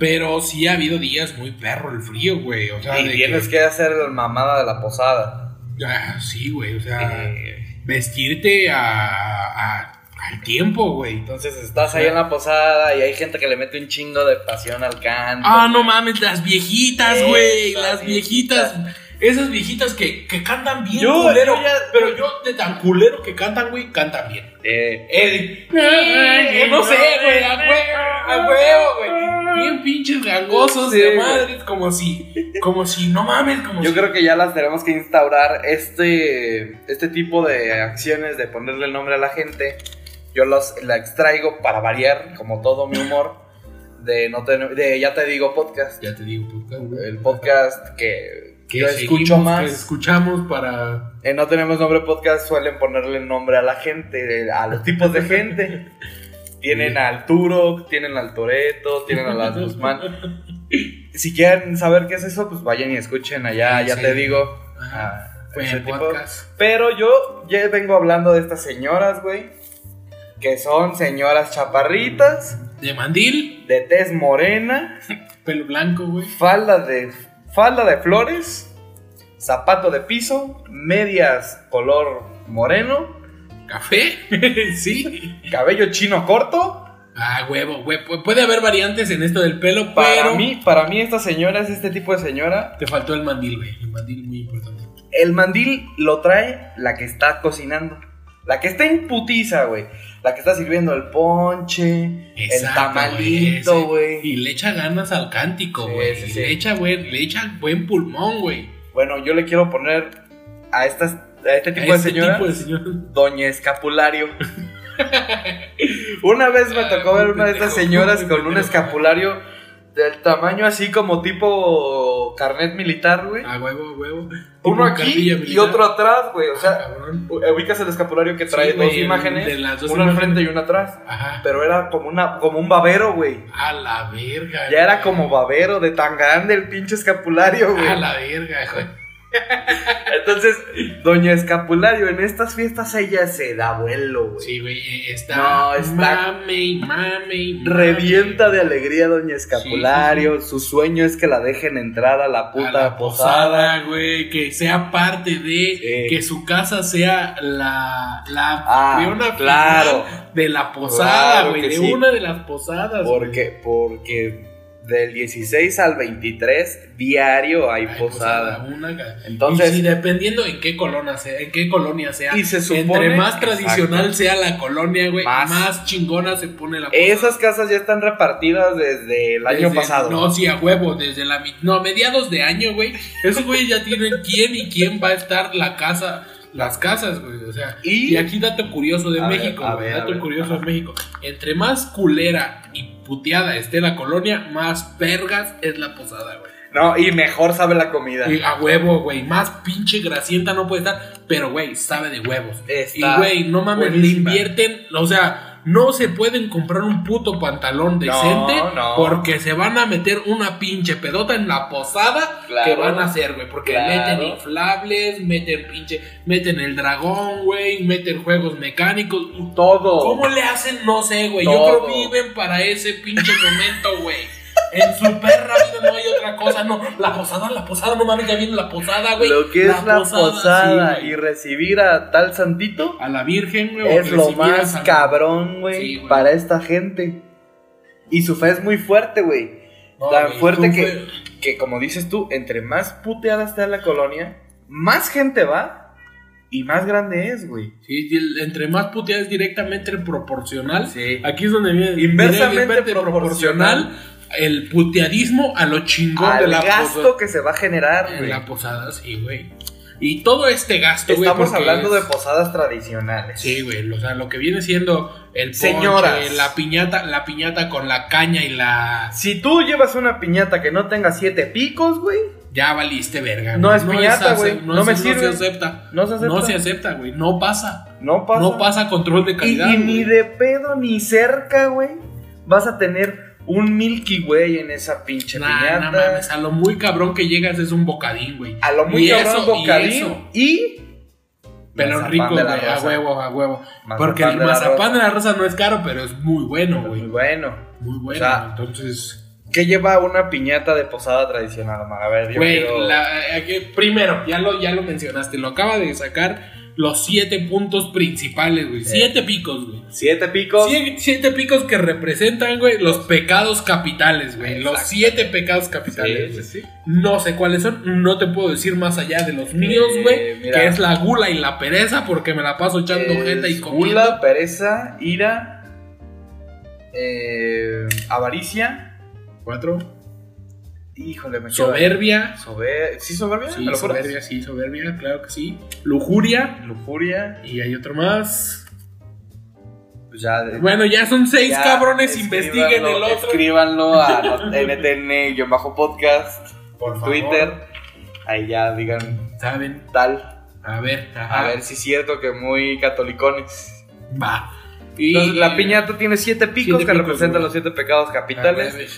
S3: Pero sí ha habido días muy perro el frío, güey. O sea,
S2: y
S3: de
S2: tienes que hacer la mamada de la posada.
S3: Ah, sí, güey, o sea,
S2: Eh,
S3: vestirte a- a- al tiempo, güey.
S2: Entonces estás ahí en la posada y hay gente que le mete un chingo de pasión al canto.
S3: Ah, no mames, las viejitas,
S2: Esas
S3: güey. Las viejitas.
S2: viejitas.
S3: Esas viejitas que, que cantan bien
S2: Yo-
S3: culero.
S2: yo ya-
S3: pero yo, de tan culero que cantan, güey, cantan bien.
S2: Eh,
S3: Eh, no sé, güey, a huevo, a huevo, güey. Bien pinches gangosos
S2: Sí,
S3: de
S2: güey.
S3: madres, como si, como si, no mames, como
S2: Yo
S3: si.
S2: creo que ya las tenemos que instaurar este, este tipo de acciones de ponerle el nombre a la gente. Yo los, la extraigo para variar, como todo mi humor, de, no te- de Ya Te Digo Podcast.
S3: Ya te digo, podcast, güey.
S2: El podcast que, pues.
S3: Que
S2: yo
S3: seguimos,
S2: escucho
S3: que
S2: más.
S3: escuchamos para.
S2: En Eh, No Tenemos Nombre Podcast suelen ponerle nombre a la gente, a los tipos de gente. Tienen al Turo, tienen al Toreto, tienen a las Guzmán. Si quieren saber qué es eso, pues vayan y escuchen allá,
S3: Sí,
S2: ya
S3: sí.
S2: te digo.
S3: Ajá.
S2: a
S3: Fue
S2: ese
S3: el
S2: tipo.
S3: eh, podcast.
S2: Pero yo ya vengo hablando de estas señoras, güey. Que son señoras chaparritas,
S3: De mandil,
S2: de tez morena,
S3: pelo blanco, güey.
S2: falda de, falda de flores, zapato de piso, medias color moreno,
S3: Café, sí.
S2: cabello chino corto.
S3: Ah, huevo, güey. Pu- Puede haber variantes en esto del pelo,
S2: Para
S3: pero
S2: mí, para mí estas señoras, este tipo de señora,
S3: te faltó el mandil, güey. El mandil muy importante.
S2: el mandil lo trae la que está cocinando. La que está en putiza, güey. La que está sirviendo el ponche, el
S3: Exacto,
S2: tamalito,
S3: güey,
S2: güey.
S3: ese. Y le echa ganas al cántico,
S2: Sí,
S3: güey.
S2: sí,
S3: Y
S2: sí.
S3: Le echa, güey, le echa buen pulmón, güey.
S2: Bueno, yo le quiero poner a estas a este tipo
S3: A
S2: de
S3: ese
S2: señora
S3: tipo de señor.
S2: Doña Escapulario. una vez
S3: Ah,
S2: me tocó ver una de estas señoras con un escapulario del tamaño así como tipo carnet militar, güey.
S3: A huevo, a huevo.
S2: Uno
S3: Tipo
S2: aquí
S3: cartilla
S2: y
S3: militar.
S2: otro atrás, güey. O
S3: Ah,
S2: sea, eh,
S3: cabrón.
S2: ubicas el escapulario que trae
S3: Sí,
S2: dos
S3: güey, el
S2: imágenes,
S3: de las dos
S2: una al
S3: imágenes.
S2: frente y una atrás.
S3: Ajá.
S2: Pero era como una como un babero, güey.
S3: A la verga.
S2: Ya era
S3: güey.
S2: como babero de tan grande el pinche escapulario, güey.
S3: A la verga, güey.
S2: Entonces, Doña Escapulario, en estas fiestas ella se da vuelo, güey.
S3: Sí, güey, está.
S2: No, está-
S3: Mame, y mame, y mame.
S2: Revienta de alegría Doña Escapulario. Su sueño es que la dejen entrar a la puta
S3: a la
S2: posada.
S3: posada, güey, que sea parte de
S2: Sí.
S3: que su casa sea la la
S2: Ah,
S3: anfitriona
S2: claro.
S3: final de la posada,
S2: Claro
S3: güey,
S2: que
S3: de
S2: sí.
S3: una de las posadas. güey.
S2: Porque, porque del 16 al 23 diario hay
S3: Ay, pues,
S2: posada.
S3: una ca-
S2: Entonces-
S3: y si dependiendo en qué colonia sea, en qué colonia sea,
S2: Y se supone-
S3: entre más tradicional
S2: Exacto.
S3: sea la colonia, güey,
S2: Más.
S3: más. chingona se pone la posada.
S2: Esas casas ya están repartidas desde el año
S3: Desde-
S2: pasado.
S3: No, sí, a huevo, desde la mi- no, a mediados de año, güey. Esos güey ya tienen quién y quién va a estar la casa, las casas, güey. O sea,
S2: Y-
S3: y, aquí dato curioso de
S2: A ver,
S3: México,
S2: a
S3: güey,
S2: ver, a
S3: dato
S2: ver,
S3: curioso
S2: ajá.
S3: de México. Entre más culera y puteada esté la colonia, más vergas es la posada, güey.
S2: No, y mejor sabe la comida.
S3: Y a huevo, güey, más pinche grasienta no puede estar, pero güey, sabe de huevos.
S2: Está
S3: y güey, no mames, le
S2: buenísima.
S3: invierten, o sea, no se pueden comprar un puto pantalón decente
S2: no.
S3: porque se van a meter una pinche pedota en la posada
S2: Claro.
S3: que van a hacer, güey, porque
S2: Claro.
S3: meten inflables, meten pinche, meten el dragón, güey, meten juegos mecánicos.
S2: Todo.
S3: ¿Cómo le hacen? No sé, güey. Yo
S2: Todo.
S3: creo viven para ese pinche momento, güey. En su perra vida no hay otra cosa, no. La posada, la posada, no mames, ya viene la posada, güey.
S2: Lo que es la posada,
S3: sí,
S2: y
S3: güey.
S2: recibir a tal santito
S3: a la Virgen, güey. o
S2: es lo
S3: recibir a
S2: más
S3: San-
S2: cabrón, güey,
S3: Sí, güey.
S2: para esta gente. Y su fe es muy fuerte, güey.
S3: No,
S2: Tan
S3: güey,
S2: fuerte
S3: tú,
S2: que,
S3: güey.
S2: que, como dices tú, entre más puteada está la colonia, más gente va y más grande es, güey.
S3: Sí, y el- entre más puteada es directamente proporcional.
S2: Sí.
S3: Aquí es donde viene.
S2: Inversamente
S3: directamente El puteadismo a lo chingón de
S2: Al
S3: la
S2: gasto
S3: posada.
S2: que se va a generar,
S3: En
S2: güey.
S3: la posada, sí, güey. Y todo este gasto, güey.
S2: Estamos
S3: porque
S2: hablando
S3: es-
S2: de posadas tradicionales.
S3: Sí, güey, o sea, lo que viene siendo el ponche,
S2: Señoras.
S3: la piñata, la piñata con la caña y la
S2: Si tú llevas una piñata que no tenga siete picos, güey,
S3: ya valiste verga.
S2: No
S3: güey.
S2: es piñata,
S3: ace-
S2: güey, no me
S3: se-
S2: sirve.
S3: No se acepta.
S2: no se acepta.
S3: No se acepta, güey. No pasa.
S2: No pasa.
S3: No pasa control de
S2: Y,
S3: calidad.
S2: y ni
S3: güey.
S2: de pedo ni cerca, güey, vas a tener un Milky Way en esa pinche
S3: Nah,
S2: piñata.
S3: nah, mames, a lo muy cabrón que llegas es un bocadín, güey.
S2: A lo muy
S3: Y
S2: cabrón
S3: eso, y
S2: bocadillo
S3: eso.
S2: y.
S3: Pelón
S2: Mazapán
S3: rico,
S2: de
S3: güey,
S2: la
S3: a
S2: Rosa.
S3: huevo, a huevo.
S2: Mazapán
S3: Porque
S2: de
S3: el
S2: la
S3: mazapán
S2: Rosa.
S3: de la rosa no es caro, pero es muy bueno,
S2: Muy
S3: güey.
S2: bueno.
S3: Muy bueno,
S2: sea,
S3: entonces...
S2: ¿Qué lleva una piñata de posada tradicional, Omar? A ver, yo
S3: Güey,
S2: quiero-
S3: la- eh, que- primero, ya lo, ya lo mencionaste, lo acaba de sacar los siete puntos principales, güey.
S2: Sí.
S3: Siete picos, güey.
S2: Siete picos.
S3: Sie- siete picos que representan, güey, los pecados capitales, güey. Los
S2: Exacto.
S3: siete pecados
S2: Sí,
S3: capitales.
S2: sí,
S3: güey.
S2: sí.
S3: No sé cuáles son, no te puedo decir más allá de los míos, güey.
S2: Eh, mira.
S3: que es la gula y la pereza, porque me la paso echando
S2: Es
S3: jeta y comiendo.
S2: Eh, gula, pereza, ira, eh, avaricia.
S3: Cuatro.
S2: Híjole, me quedo-
S3: Soberbia.
S2: Sober- ¿Sí soberbia?
S3: Sí,
S2: ¿Me Ah, lo juras?
S3: soberbia, sí, soberbia, claro que sí. Lujuria.
S2: Lujuria.
S3: Y hay otro más.
S2: Pues ya. de-
S3: Bueno, ya son seis
S2: Ya,
S3: cabrones,
S2: escríbanlo,
S3: investiguen el otro.
S2: Escríbanlo a los NTN-podcast,
S3: Por favor.
S2: Twitter. Ahí ya digan
S3: ¿Saben?
S2: tal.
S3: A ver,
S2: A ver si es cierto que muy catolicones.
S3: Va.
S2: Entonces, la piñata tiene siete picos
S3: Siete
S2: que
S3: picos,
S2: representan
S3: güey. Ah,
S2: los siete pecados capitales.
S3: A ver,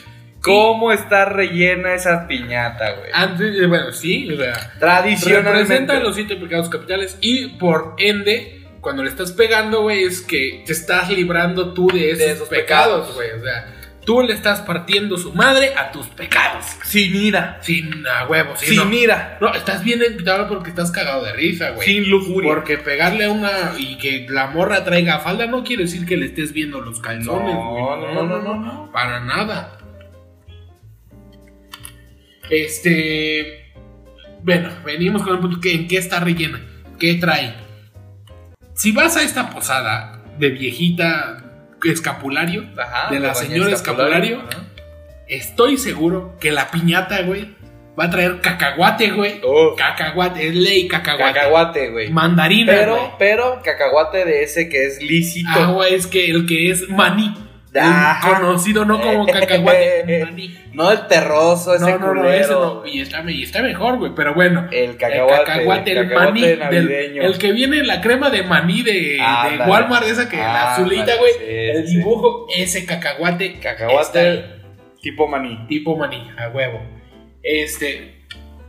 S2: ¿Cómo está rellena esa piñata, güey?
S3: Antes, eh, bueno, sí, o sea,
S2: Tradicionalmente.
S3: representa los siete pecados capitales y por ende, cuando le estás pegando, güey, es que te estás librando tú de esos,
S2: esos pecados.
S3: pecados, güey, o sea, tú le estás partiendo su madre a tus pecados.
S2: Sin ira.
S3: Sin a huevo, sin,
S2: sin
S3: no.
S2: ira.
S3: No, estás bien invitado porque estás cagado de risa, güey.
S2: Sin lujuria.
S3: Porque pegarle a una y que la morra traiga falda no quiere decir que le estés viendo los calzones,
S2: No,
S3: güey.
S2: no, no, no, no.
S3: Para nada. Este. Bueno, venimos con el punto que en qué está rellena. ¿Qué trae? Si vas a esta posada de viejita escapulario,
S2: Ajá,
S3: de la
S2: doña
S3: señora escapulario,
S2: Ajá.
S3: estoy seguro que la piñata, güey, va a traer cacahuate, güey.
S2: Oh,
S3: Cacahuate, es ley cacahuate.
S2: cacahuate, güey.
S3: Mandarina, güey.
S2: Pero, pero cacahuate de ese que es lícito.
S3: Ah, güey, es que el que es maní. el
S2: Ajá.
S3: conocido no como cacahuate. maní.
S2: No el terroso, ese
S3: No, no, no,
S2: culero,
S3: ese no.
S2: güey.
S3: Y está, y está mejor, güey. Pero bueno.
S2: El cacahuate.
S3: el cacahuate, el,
S2: cacahuate
S3: maní. del-
S2: navideño.
S3: el que viene en la crema de maní de,
S2: Ándale.
S3: de Walmart, esa que
S2: Ándale,
S3: la azulita, güey.
S2: sí,
S3: el
S2: sí.
S3: dibujo, ese cacahuate. está ahí,
S2: Cacahuate tipo maní.
S3: tipo maní, a huevo. Este.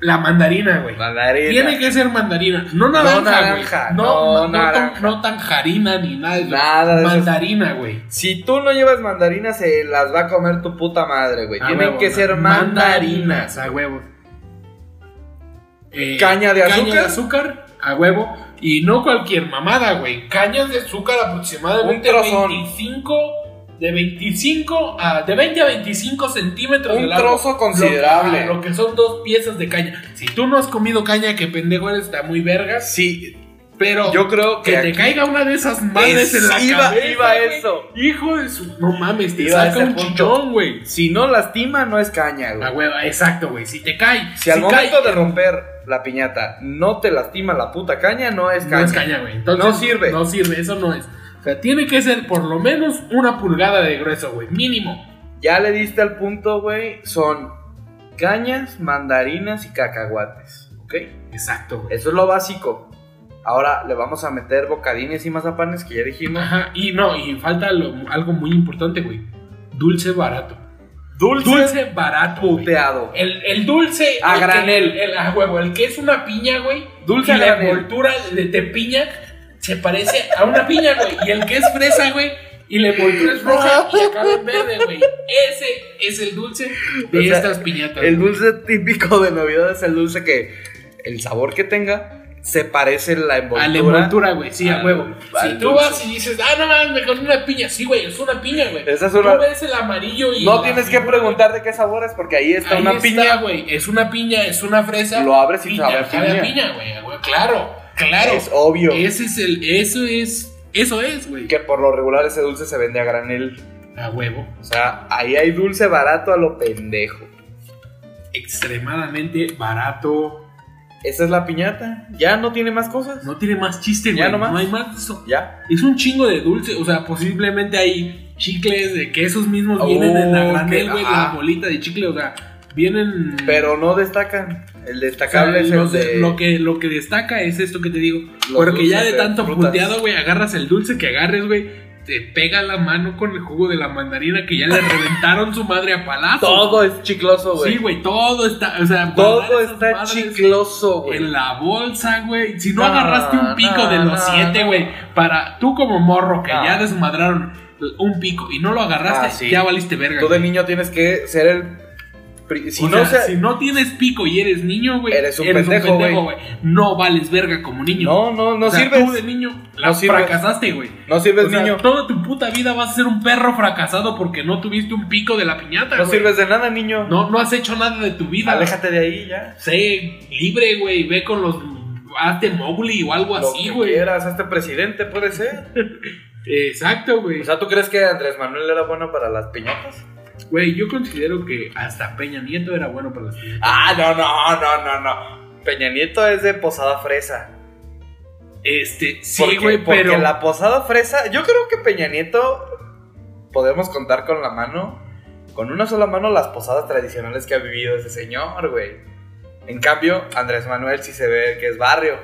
S3: La mandarina, güey.
S2: Mandarina.
S3: Tiene que ser mandarina. No naranja,
S2: No naranja,
S3: güey. No,
S2: no
S3: no, no tan-
S2: naranja.
S3: no tanjarina ni nada. güey.
S2: Nada de eso.
S3: mandarina, güey.
S2: Si tú no llevas mandarinas, se las va a comer tu puta madre, güey.
S3: Ah,
S2: Tienen
S3: huevo,
S2: que
S3: no.
S2: ser mandarinas.
S3: Mandarinas, a huevo. Eh,
S2: Caña de
S3: Caña de
S2: azúcar.
S3: azúcar, a huevo. Y no cualquier mamada, güey. Cañas de azúcar aproximadamente
S2: Un trozón.
S3: 25. De 25 a. De 20 a 25 centímetros
S2: Un
S3: de largo.
S2: trozo
S3: Lo-
S2: considerable.
S3: ah, Lo, que son dos piezas de caña. Si tú no has comido caña, que pendejo eres, está muy vergas.
S2: Sí,
S3: Pero.
S2: yo creo que.
S3: Que te
S2: aquí
S3: caiga una de esas madres
S2: Es-
S3: en la
S2: iba-
S3: cabeza.
S2: iba
S3: güey.
S2: eso.
S3: Hijo de su. No mames, te
S2: Iba a
S3: saca
S2: ese
S3: un
S2: punto.
S3: chichón, güey.
S2: Si no lastima, no es caña,
S3: La
S2: güey.
S3: hueva, exacto, Ah, güey. Si te cae.
S2: Si al
S3: cae,
S2: momento de romper la piñata no te lastima la puta caña, no es caña.
S3: No es caña, güey. Entonces,
S2: No sirve.
S3: No sirve, eso no es. O sea, tiene que ser por lo menos una pulgada de grueso, güey. Mínimo.
S2: Ya le diste al punto, güey. Son cañas, mandarinas y cacahuates. ¿Ok?
S3: Exacto, güey.
S2: Eso es lo básico. Ahora le vamos a meter bocadines y mazapanes que ya dijimos.
S3: Ajá. Y no, y falta lo- algo muy importante, güey. Dulce barato.
S2: Dulce,
S3: Dulce barato. güey. Eh,
S2: puteado.
S3: El, el dulce.
S2: A
S3: el que-
S2: granel.
S3: el, a huevo, el que es una piña, güey.
S2: Dulce
S3: y
S2: a
S3: la
S2: granel.
S3: envoltura de, de piña se parece a una piña, güey. Y el que es fresa, güey. Y la envoltura es roja y acá en verde, güey. Ese es el dulce de
S2: O sea,
S3: estas piñatas.
S2: El
S3: güey.
S2: dulce típico de Navidad es el dulce que el sabor que tenga se parece la envoltura.
S3: A la envoltura, güey. Sí, a
S2: al-
S3: huevo.
S2: al
S3: Si tú
S2: dulce.
S3: vas y dices, ah, no mames, me compré una piña. Sí, güey, es una piña, güey.
S2: Esa es una-
S3: Tú ves el amarillo y.
S2: No
S3: la
S2: tienes que
S3: figura,
S2: preguntar de qué sabor es porque ahí está
S3: Ahí
S2: una
S3: está,
S2: piña.
S3: güey. Es una piña, es una fresa.
S2: Lo abres y
S3: piña,
S2: sabe a
S3: sabe a
S2: piña.
S3: piña, güey. a huevo. Claro, claro.
S2: Es obvio
S3: Ese es el, eso es, eso es, güey.
S2: que por lo regular ese dulce se vende a granel.
S3: A huevo.
S2: O sea, ahí hay dulce barato a lo pendejo.
S3: Extremadamente barato.
S2: Esa es la piñata. Ya no tiene más cosas.
S3: No tiene más chiste,
S2: Ya
S3: güey.
S2: no
S3: No,
S2: más.
S3: hay más de eso.
S2: Ya.
S3: Es un chingo de dulce. O sea, posiblemente hay chicles de que esos mismos vienen en la
S2: Oh,
S3: granel,
S2: que-
S3: güey.
S2: ajá.
S3: La bolita de chicle, o sea, vienen.
S2: Pero no destacan. El
S3: O sea,
S2: destacable es
S3: Mm. lo,
S2: el de.
S3: lo que, lo que destaca es esto que te digo.
S2: Los
S3: Porque ya
S2: dulces
S3: de
S2: de
S3: tanto
S2: frutas.
S3: puteado, güey, agarras el dulce que agarres, güey. Te pega la mano con el jugo de la mandarina que ya le reventaron su madre a palazo.
S2: Todo es chicloso, güey.
S3: Sí, güey, todo está, o sea,
S2: Todo
S3: guardar esas
S2: está
S3: madres
S2: chicloso, güey.
S3: En la bolsa, güey. Si no,
S2: No,
S3: agarraste un pico
S2: no,
S3: de los
S2: no,
S3: siete,
S2: no.
S3: güey, para tú como morro que
S2: No.
S3: ya desmadraron un pico y no lo agarraste,
S2: Ah, sí.
S3: ya valiste verga.
S2: Tú de
S3: güey.
S2: niño tienes que ser el. pri- Si
S3: O
S2: no,
S3: sea,
S2: sea-
S3: si no tienes pico y eres niño, güey,
S2: Eres un pendejo,
S3: güey. No vales verga como niño.
S2: no, no, no
S3: O sea,
S2: sirves.
S3: Tú de niño la
S2: No sirves.
S3: fracasaste, güey.
S2: No sirves,
S3: O sea,
S2: niño.
S3: Toda tu puta vida vas a ser un perro fracasado porque no tuviste un pico de la piñata,
S2: No
S3: güey.
S2: sirves de nada, niño.
S3: No, no has hecho nada de tu vida.
S2: Aléjate de ahí ya.
S3: Sé libre, güey. Ve con los. Hazte Mowgli o algo
S2: Lo
S3: así,
S2: que
S3: güey.
S2: quieras, este presidente puede ser.
S3: Exacto, güey.
S2: O sea, ¿tú crees que Andrés Manuel era bueno para las piñatas?
S3: Güey, yo considero que hasta Peña Nieto era bueno para las piñatas.
S2: Ah, no, no, no, no, no. Peña Nieto es de Posada Fresa.
S3: Este,
S2: Porque-
S3: sí, güey,
S2: porque
S3: pero.
S2: la Posada Fresa, yo creo que Peña Nieto podemos contar con la mano, con una sola mano las posadas tradicionales que ha vivido ese señor, güey. En cambio, Andrés Manuel sí se ve que es barrio.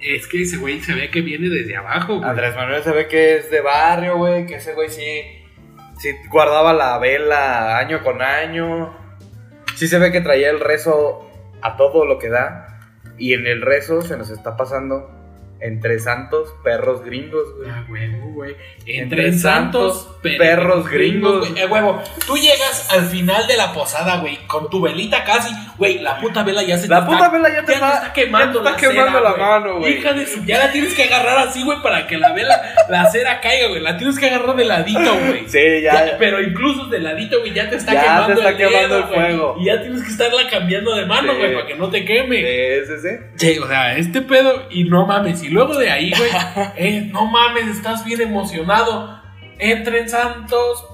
S3: Es que ese güey se ve que viene desde abajo, güey.
S2: Andrés Manuel se ve que es de barrio, güey, que ese güey sí, sí guardaba la vela año con año. Sí se ve que traía el rezo a todo lo que da. Y en el rezo se nos está pasando entre santos, perros gringos, güey.
S3: Ah, huevo, güey.
S2: Entre
S3: Entre santos,
S2: santos,
S3: per-
S2: perros gringos.
S3: güey. Eh, huevo, tú llegas al final de la posada, güey, con tu velita casi, güey, la puta vela ya se
S2: La
S3: te
S2: puta
S3: está,
S2: vela ya te,
S3: ya te está
S2: ya
S3: quemando,
S2: te
S3: la,
S2: está quemando
S3: cera,
S2: la mano, güey.
S3: Hija de su, ya la tienes que agarrar así, güey, para que la vela, la cera caiga, güey. La tienes que agarrar de ladito, güey.
S2: Sí,
S3: Ya,
S2: ya.
S3: pero incluso de ladito, güey, ya te está
S2: Ya te
S3: quemando
S2: está
S3: el dedo,
S2: quemando el
S3: güey.
S2: fuego.
S3: Y ya tienes que estarla cambiando de mano,
S2: Sí.
S3: güey, para que no te queme.
S2: Sí, sí, sí.
S3: Sí, o sea, este pedo, y no mames, y luego de ahí, güey, eh, no mames, estás bien emocionado. Entren santos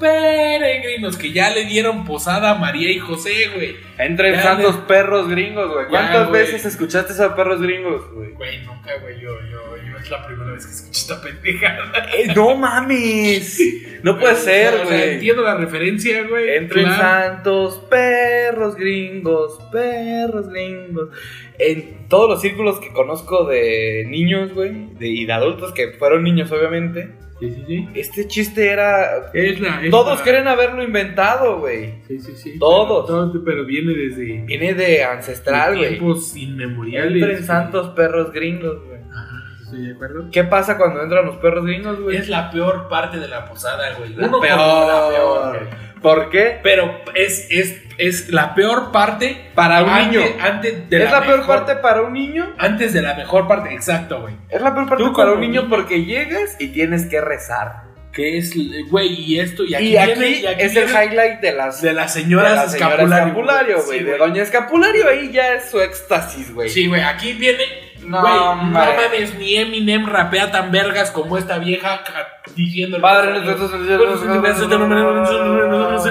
S3: peregrinos que ya le dieron posada a María y José, güey.
S2: Entren
S3: Ya,
S2: santos
S3: güey.
S2: perros gringos, güey.
S3: Ya,
S2: ¿Cuántas
S3: güey.
S2: veces escuchaste esos perros gringos, güey?
S3: Güey, nunca, güey, yo, yo, yo es la primera vez que escucho esta pendejada.
S2: Eh, no mames. No puede ser,
S3: O sea,
S2: güey.
S3: entiendo la referencia, güey.
S2: Entren
S3: claro.
S2: santos, perros gringos, perros gringos. En todos los círculos que conozco de niños, güey, de- y de adultos que fueron niños, obviamente,
S6: Sí, sí, sí.
S2: Este chiste era.
S6: Es la. es
S2: Todos
S3: Ah.
S6: la-
S2: creen haberlo inventado, güey.
S6: Sí, sí, sí.
S2: Todos.
S6: Pero, todo- pero viene desde
S2: Viene de ancestral, güey.
S6: tiempos inmemoriales.
S2: Entren santos perros gringos, güey.
S6: Ajá, Estoy de acuerdo.
S2: ¿Qué pasa cuando entran los perros gringos, güey?
S3: Es la peor parte de la posada, güey.
S2: La
S3: Uno como
S2: peor.
S3: la peor, güey.
S2: ¿Por qué?
S3: Pero es, es, es la peor parte
S2: Para un
S3: antes,
S2: niño.
S3: antes de
S2: ¿Es la peor
S3: mejor-
S2: parte para un niño?
S3: Antes de la mejor parte, exacto, güey.
S2: Es la peor parte
S3: Tú
S2: para un
S3: como
S2: niño
S3: niño.
S2: porque llegas y tienes que rezar.
S3: Que es, güey, y esto, y aquí,
S2: Y aquí,
S3: viene- y aquí
S2: es el
S3: viene
S2: highlight de las
S3: de las
S2: de
S3: señoras
S2: la señora
S3: escapulario.
S2: Escapulario, güey.
S3: Sí,
S2: de Doña Escapulario, ahí ya es su éxtasis, güey.
S3: Sí, güey, aquí viene.
S2: No,
S3: No, no
S2: hombre.
S3: mames, ni Eminem rapea tan vergas como esta vieja ca- diciendo.
S2: Padre nuestro,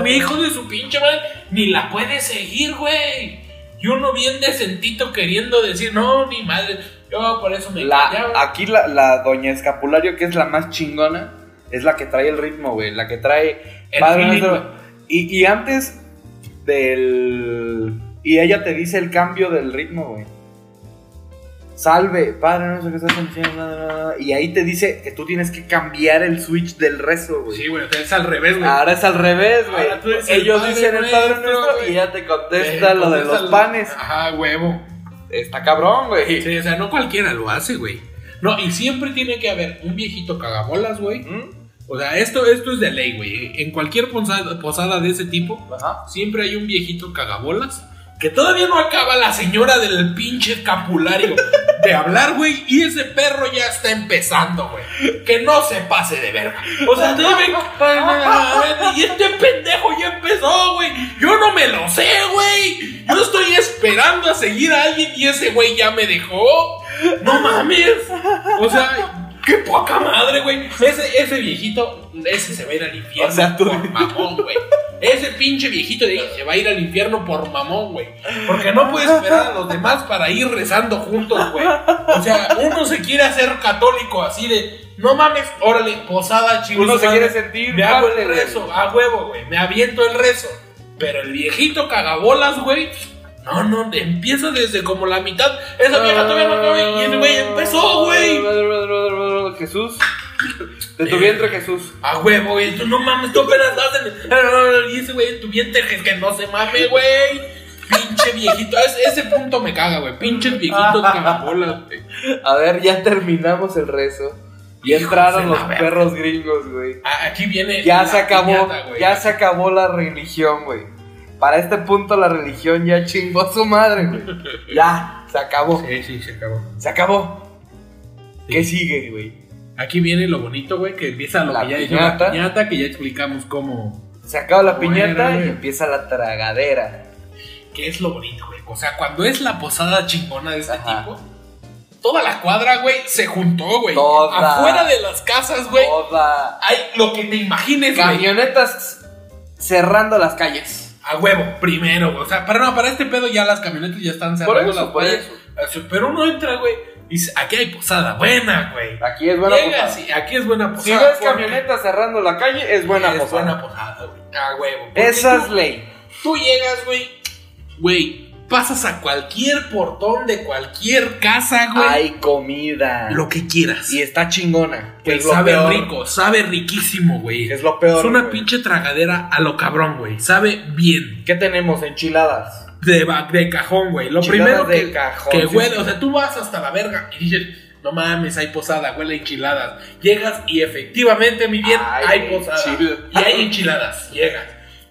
S3: Mi hijo de su pinche madre, ni la puede seguir, güey. Y uno bien decentito queriendo decir, no, ni madre. Yo por eso me
S2: La,
S3: callaba.
S2: aquí la, la Doña Escapulario, que es la más chingona, es la que trae el ritmo, güey. La que trae.
S3: El
S2: Padre
S3: feeling,
S2: Nuestro. Y, y antes del. Y ella te dice el cambio del ritmo, güey. Salve, Padre Nuestro que estás en el cielo, na, na, na. Y ahí te dice que tú tienes que cambiar el switch del rezo, güey.
S3: Sí, güey, o sea, es al revés, güey.
S2: Ahora es al revés, güey.
S3: Ahora tú eres el
S2: Ellos
S3: Padre
S2: dicen el Padre
S3: Nuestro,
S2: Nuestro y
S3: güey.
S2: ella te
S3: Eh,
S2: contesta lo de
S3: contesta
S2: los panes.
S3: Ajá, huevo.
S2: Está cabrón, güey.
S3: Sí, o sea, no cualquiera lo hace, güey. No, y siempre tiene que haber un viejito cagabolas, güey.
S2: ¿Mm?
S3: O sea, esto, esto es de ley, güey. En cualquier posada, posada de ese tipo,
S2: Ajá.
S3: siempre hay un viejito cagabolas. Que todavía no acaba la señora del pinche capulario de hablar, güey. Y ese perro ya está empezando, güey. Que no se pase de verga. O sea, dime. Y este pendejo ya empezó, güey. Yo no me lo sé, güey. Yo estoy esperando a seguir a alguien y ese güey ya me dejó. No mames. O sea, qué poca madre, güey. Ese, ese viejito, ese se va a ir al infierno
S2: O sea, tú-
S3: por mamón, güey. Ese pinche viejito de ahí se va a ir al infierno por mamón, güey. Porque no puede esperar a los demás para ir rezando juntos, güey. O sea, uno se quiere hacer católico así de. No mames, órale, posada, chingos.
S2: Uno se quiere sentir
S3: Me hago
S2: padre,
S3: el
S2: güey.
S3: rezo, a huevo, güey. Me aviento el rezo. Pero el viejito cagabolas, güey. No, no, empieza desde como la mitad. Esa vieja todavía
S2: Ah.
S3: no acaba. Y el güey empezó, güey.
S2: Jesús. De tu vientre, Jesús.
S3: A huevo, güey. Tú no mames, tú apenas das en Y ese güey en tu vientre es que no se mame, güey. Pinche viejito. Es- ese punto me caga, güey. Pinche viejito cagabolas, güey.
S2: A ver, ya terminamos el rezo. Y
S3: Hijos
S2: entraron
S3: de
S2: los
S3: la verga.
S2: perros gringos, güey.
S3: A- Aquí viene.
S2: Ya
S3: la
S2: se acabó,
S3: piñata, güey.
S2: ya se acabó la religión, güey. Para este punto la religión ya chingó a su madre, güey. Ya, se acabó.
S3: Sí, sí, se acabó.
S2: Se acabó.
S3: Sí.
S2: ¿Qué sigue, güey?
S3: Aquí viene lo bonito, güey, que empieza lo
S2: La
S3: que ya dijimos,
S2: piñata.
S3: la piñata, que ya explicamos cómo.
S2: Se acaba la
S3: Bueno,
S2: piñata y
S3: güey.
S2: empieza la tragadera.
S3: ¿Qué es lo bonito, güey? O sea, cuando es la posada chingona de este
S2: Ajá.
S3: tipo, toda la cuadra, güey, se juntó, güey.
S2: Toda.
S3: Afuera de las casas, güey,
S2: Toda.
S3: hay lo que te imagines, güey.
S2: Camionetas cerrando las calles.
S3: A huevo, primero, güey. O sea, para, no, para este pedo ya las camionetas ya
S2: Por
S3: están cerrando
S2: eso,
S3: las
S2: por
S3: calles.
S2: eso.
S3: Así, Pero uno entra, güey, y dice, aquí hay posada buena, güey.
S2: Aquí es buena
S3: Llegas
S2: posada.
S3: y aquí es buena posada.
S2: Si ves
S3: porque
S2: camioneta cerrando la calle, es buena
S3: es
S2: posada.
S3: buena posada, güey. A huevo. porque
S2: Esa es
S3: tú-
S2: ley.
S3: Tú llegas, güey. Güey, pasas a cualquier portón de cualquier casa, güey.
S2: Hay comida.
S3: Lo que quieras.
S2: Y está chingona. Que
S3: Güey,
S2: es lo
S3: sabe
S2: peor.
S3: rico, sabe riquísimo, güey.
S2: Que es lo peor.
S3: Es una
S2: güey.
S3: pinche tragadera a lo cabrón, güey. Sabe bien.
S2: ¿Qué tenemos? Enchiladas.
S3: De, ba- de cajón, güey. Lo
S2: Enchiladas
S3: primero
S2: de
S3: que,
S2: cajón,
S3: que
S2: sí,
S3: huele,
S2: sí.
S3: o sea, tú vas hasta la verga y dices, no mames, hay posada, huele a enchiladas. Llegas y efectivamente, mi bien,
S2: Ay,
S3: hay
S2: güey,
S3: posada.
S2: chido.
S3: Y hay enchiladas, llegas.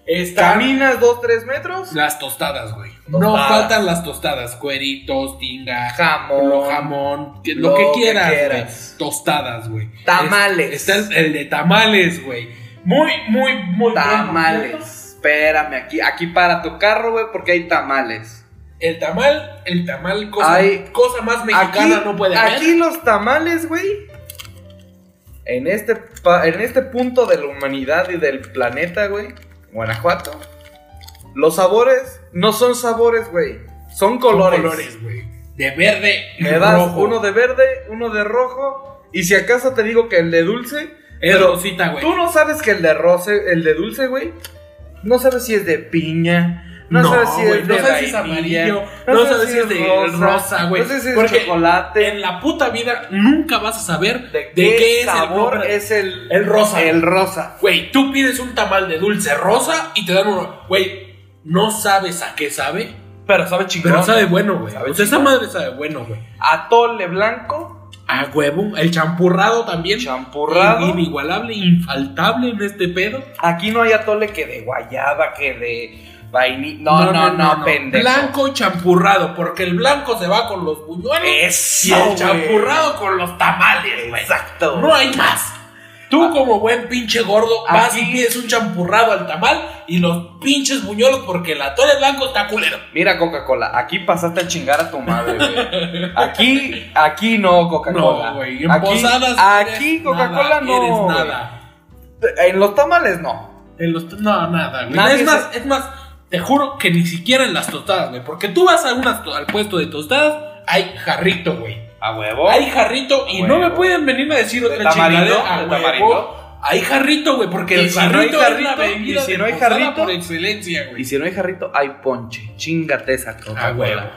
S3: Está
S2: Caminas dos, tres metros.
S3: Las tostadas, güey. No
S2: Tostadas.
S3: faltan las tostadas. Cueritos, tinga,
S2: Jamón.
S3: lo jamón, que- lo,
S2: Lo
S3: que
S2: que
S3: quieras, güey.
S2: quieras.
S3: Tostadas, güey.
S2: Tamales.
S3: Es- está el, el de tamales, güey. Muy, muy, muy. bueno.
S2: Tamales. Espérame, aquí, aquí para tu carro, güey, porque hay tamales.
S3: El tamal, el tamal, cosa,
S2: Ay.
S3: cosa más mexicana no puede haber.
S2: aquí los tamales, güey. En este, pa- en este punto de la humanidad y del planeta, güey. Guanajuato. Los sabores no son sabores, güey. Son
S3: Son
S2: colores.
S3: colores, güey. De verde y
S2: Me das
S3: rojo.
S2: uno de verde, uno de rojo. Y si acaso te digo que el de dulce.
S3: Es
S2: pero
S3: rosita, güey.
S2: Tú no sabes que el de roce, el de dulce, güey. No sabes si es de piña, No,
S3: No,
S2: sabes si
S3: güey,
S2: es
S3: no
S2: de
S3: sabes si es
S2: vainilla,
S3: amarillo, no sabes si es de rosa, güey.
S2: No sabes si es
S3: Porque
S2: de chocolate.
S3: En la puta vida nunca vas a saber
S2: ¿De qué, sabor
S3: el
S2: es el,
S3: el rosa.
S2: El rosa.
S3: Güey, tú pides un tamal de dulce rosa y te dan uno. Güey, no sabes a qué sabe,
S2: Pero sabe chingón.
S3: pero sabe bueno, güey.
S2: Sabe
S3: O sea, esa
S2: chingón.
S3: madre sabe bueno, güey.
S2: Atole blanco.
S3: A huevo, el champurrado también.
S2: Champurrado.
S3: Inigualable, infaltable en este pedo.
S2: Aquí no hay atole que de guayaba, que de vainilla. No, no, no, pendejo.
S3: Blanco y champurrado, porque el blanco se va con los buñuelos
S2: Eso,
S3: y el
S2: güey.
S3: champurrado con los tamales, güey.
S2: Exacto. Ah.
S3: No hay más. Tú como buen pinche gordo vas y
S2: Aquí-
S3: pides un champurrado al tamal y los pinches buñuelos porque el atole blanco está culero.
S2: Mira, Coca-Cola, aquí pasaste a chingar a tu madre, güey. Aquí, aquí no, Coca-Cola.
S3: No, güey, en
S2: aquí,
S3: posadas
S2: Aquí,
S3: eres
S2: Coca-Cola
S3: nada,
S2: no.
S3: eres
S2: güey.
S3: nada.
S2: En los tamales no.
S3: En los- no, nada, güey.
S2: Nadie
S3: es
S2: se-
S3: más, es más, te juro que ni siquiera en las tostadas, güey. Porque tú vas a unas to- al puesto de tostadas, hay jarrito, güey.
S2: A huevo.
S3: Hay jarrito y no
S2: Oh. Huevo.
S3: me pueden venir a decir
S2: ¿De
S3: otra
S2: tamarindo?
S3: chingadera. Ah,
S2: ¿De
S3: huevo.
S2: tamarindo?
S3: Hay jarrito, güey, porque
S2: Y
S3: el
S2: si no hay
S3: jarrito, es la
S2: jarrito,
S3: bebida
S2: y si
S3: de
S2: no hay
S3: posada
S2: jarrito-
S3: por excelencia, güey.
S2: Y si no hay jarrito, hay ponche. Chingate esa
S3: Ah, güey.
S2: Coca-Cola.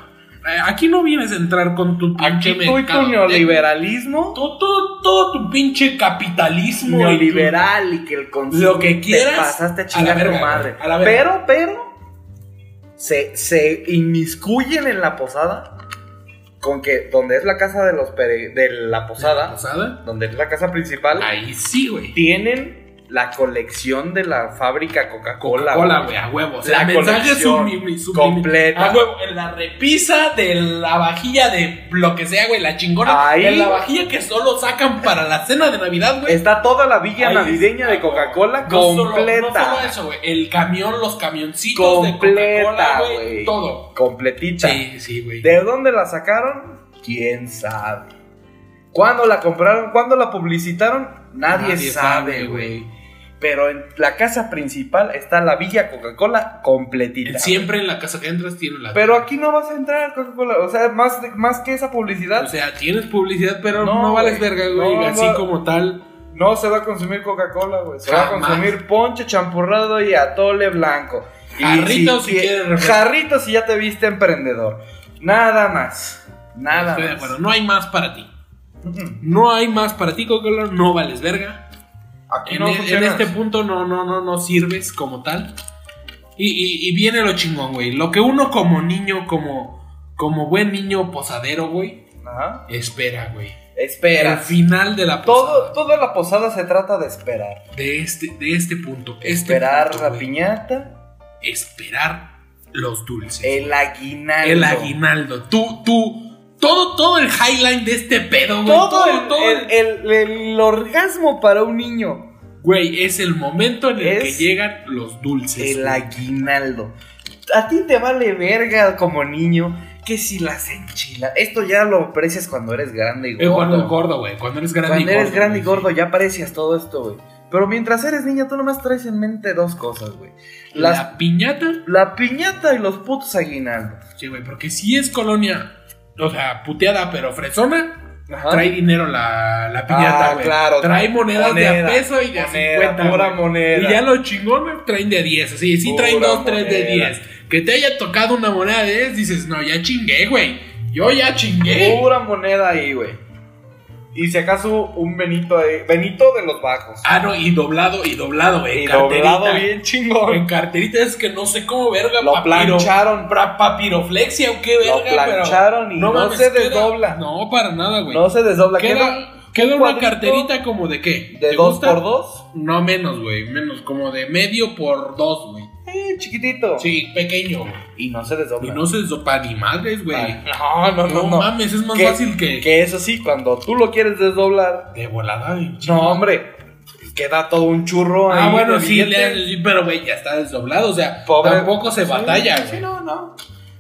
S3: Eh, Aquí no vienes a entrar con tu pinche
S2: Aquí tú y tu
S3: mercado.
S2: neoliberalismo.
S3: Todo, todo, todo tu pinche capitalismo.
S2: Neoliberal y que el consumo.
S3: Lo que quieras,
S2: Te pasaste a
S3: a
S2: chingar
S3: la
S2: a tu
S3: verga,
S2: madre.
S3: güey, a la
S2: pero,
S3: verga.
S2: pero. Se, se inmiscuyen en la posada. Con que donde es la casa de los pere- de la
S3: y tu- ¿La
S2: posada,
S3: posada?
S2: donde es la casa principal,
S3: Ahí sí, güey.
S2: tienen la colección de la fábrica Coca-Cola.
S3: Coca-Cola,
S2: güey.
S3: güey, a huevo. O sea,
S2: La
S3: mensaje
S2: colección
S3: sublimi- sublimi-
S2: completa.
S3: A huevo, en la repisa de la vajilla de lo que sea, güey, la chingona.
S2: Ahí.
S3: En la vajilla que solo sacan para la cena de Navidad, güey.
S2: Está toda la villa
S3: Ahí
S2: navideña
S3: está,
S2: de Coca-Cola
S3: No solo-
S2: completa.
S3: no solo eso, güey. El camión, los camioncitos de
S2: completa,
S3: Coca-Cola,
S2: güey.
S3: güey. Todo.
S2: Completita.
S3: Sí, sí, güey.
S2: ¿De dónde la sacaron? ¿Quién sabe? ¿Cuándo la compraron? ¿Cuándo la publicitaron? Nadie, sabe, güey. Pero en la casa principal está la Villa Coca-Cola completita.
S3: Siempre en la casa que entras tiene la.
S2: Pero aquí no vas a entrar, Coca-Cola. O sea, más, más que esa publicidad,
S3: o sea, tienes publicidad, pero
S2: No,
S3: no, vales
S2: güey.
S3: verga, güey.
S2: No,
S3: así
S2: no.
S3: como tal.
S2: no se va a consumir Coca-Cola, güey. Se va a
S3: Jamás.
S2: consumir ponche champurrado y atole blanco. Y
S3: Jarrito si
S2: quie-
S3: quieres refresco.
S2: Jarrito si ya te viste emprendedor. Nada más. Nada
S3: Estoy de
S2: más.
S3: acuerdo. No hay más para ti.
S2: Ujú.
S3: No hay más para ti, Coca-Cola. No vales verga.
S2: Aquí
S3: En,
S2: no
S3: e- en
S2: funcionas.
S3: este punto no, no, no, no sirves como tal. Y, y- y viene lo chingón, güey. Lo que uno como niño, como, como buen niño posadero, güey,
S2: Ajá.
S3: espera, güey. El
S2: Espera.
S3: final de la
S2: Todo,
S3: posada.
S2: toda la posada se trata de esperar.
S3: de este, de este punto. Este
S2: esperar
S3: punto,
S2: la
S3: güey.
S2: piñata,
S3: Esperar los dulces.
S2: el aguinaldo.
S3: El aguinaldo. Tú, tú. Todo, todo el highline de este pedo, güey.
S2: Todo el,
S3: el-
S2: el- el- el orgasmo para un niño.
S3: Güey, es el momento en el
S2: Es-
S3: que llegan los dulces.
S2: El
S3: güey.
S2: aguinaldo. A ti te vale verga como niño que si las enchilas. Esto ya lo aprecias cuando eres grande y
S3: Eh,
S2: gordo.
S3: cuando eres gordo, güey. Cuando eres grande
S2: Cuando
S3: y gordo.
S2: eres grande y
S3: güey,
S2: gordo ya aprecias todo esto, güey. Pero mientras eres niña, tú nomás traes en mente dos cosas, güey.
S3: sí.
S2: Las,
S3: La piñata.
S2: La piñata y los putos aguinaldos.
S3: Sí, güey, porque si es colonia, o sea, puteada pero fresona,
S2: Ajá.
S3: trae dinero la, la piñata,
S2: Ah,
S3: güey.
S2: claro.
S3: Trae monedas de a
S2: Moneda,
S3: peso y de a
S2: moneda,
S3: 50.
S2: pura
S3: güey.
S2: moneda.
S3: Y ya los chingones traen de a 10. Sí, sí
S2: Pura
S3: traen dos, tres de
S2: moneda.
S3: 10. Que te haya tocado una moneda de 10, dices, no, ya chingué, güey. Yo ya chingué.
S2: Pura moneda ahí, güey. Y si acaso un Benito ahí. Benito de los bajos.
S3: Ah, no, y doblado, y doblado, güey.
S2: y
S3: en carterita.
S2: doblado bien
S3: En
S2: chingón.
S3: carterita es que no sé cómo verga
S2: Lo
S3: papiro-
S2: plancharon.
S3: pra- papiroflexia o qué verga,
S2: Lo plancharon
S3: pero
S2: y no se
S3: queda-
S2: desdobla.
S3: No, para nada, güey.
S2: No se desdobla.
S3: queda,
S2: Queda,
S3: queda
S2: un
S3: una
S2: cuadrito
S3: carterita como de qué?
S2: De
S3: ¿Te
S2: dos
S3: gusta?
S2: por dos.
S3: No menos, güey, menos como de medio por dos, güey.
S2: Eh, chiquitito.
S3: Sí, pequeño. güey.
S2: Y no se desdobla.
S3: Y no se sopa ni madres, güey.
S2: Ay, no, no, no,
S3: No
S2: no.
S3: mames, es más
S2: Que-
S3: fácil que,
S2: Que eso sí, cuando tú lo quieres desdoblar.
S3: de volada. güey.
S2: No, hombre. Queda todo un churro ahí.
S3: Ah, bueno,
S2: de
S3: sí,
S2: billetes.
S3: le- sí, pero güey, ya está desdoblado, o sea,
S2: Pobre-
S3: tampoco se
S2: sí,
S3: batalla, güey.
S2: sí, no, no.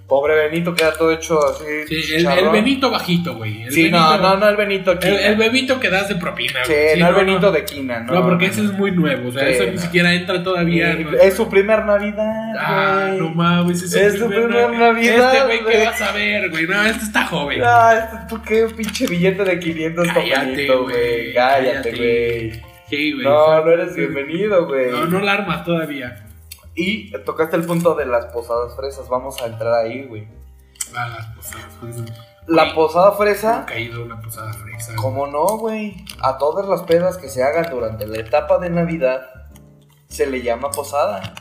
S2: Pobre Benito queda todo hecho así.
S3: Sí, el, el
S2: chicharrón.
S3: Benito bajito, güey. El
S2: Sí, no,
S3: Benito-
S2: no, no el Benito aquí.
S3: El, el bebito que das de propina,
S2: Sí,
S3: güey. Sí,
S2: no el Benito de Quina,
S3: No,
S2: ¿no?
S3: No, porque ese es muy nuevo, o sea,
S2: Sí,
S3: eso ni
S2: no.
S3: siquiera entra todavía.
S2: Eh,
S3: ¿no?
S2: Es su primer Navidad.
S3: Ah,
S2: güey.
S3: no mames, es,
S2: Es su primer Navidad,
S3: Este güey
S2: güey.
S3: que vas a ver, güey. No, este está joven.
S2: Ah, este- tú qué pinche billete de 500
S3: Cállate,
S2: papelito, güey.
S3: güey,
S2: Cállate,
S3: cállate.
S2: güey.
S3: Sí, güey.
S2: No,
S3: o sea,
S2: no eres bienvenido, güey.
S3: No, no la armas todavía.
S2: Y tocaste el punto de las posadas fresas. Vamos a entrar ahí, güey.
S3: Ah, las posadas fresas.
S2: La
S3: Güey,
S2: posada fresa,
S3: nunca he ido a una posada fresa.
S2: como no, güey. A todas las pedas que se hagan durante la etapa de Navidad, se le llama posada.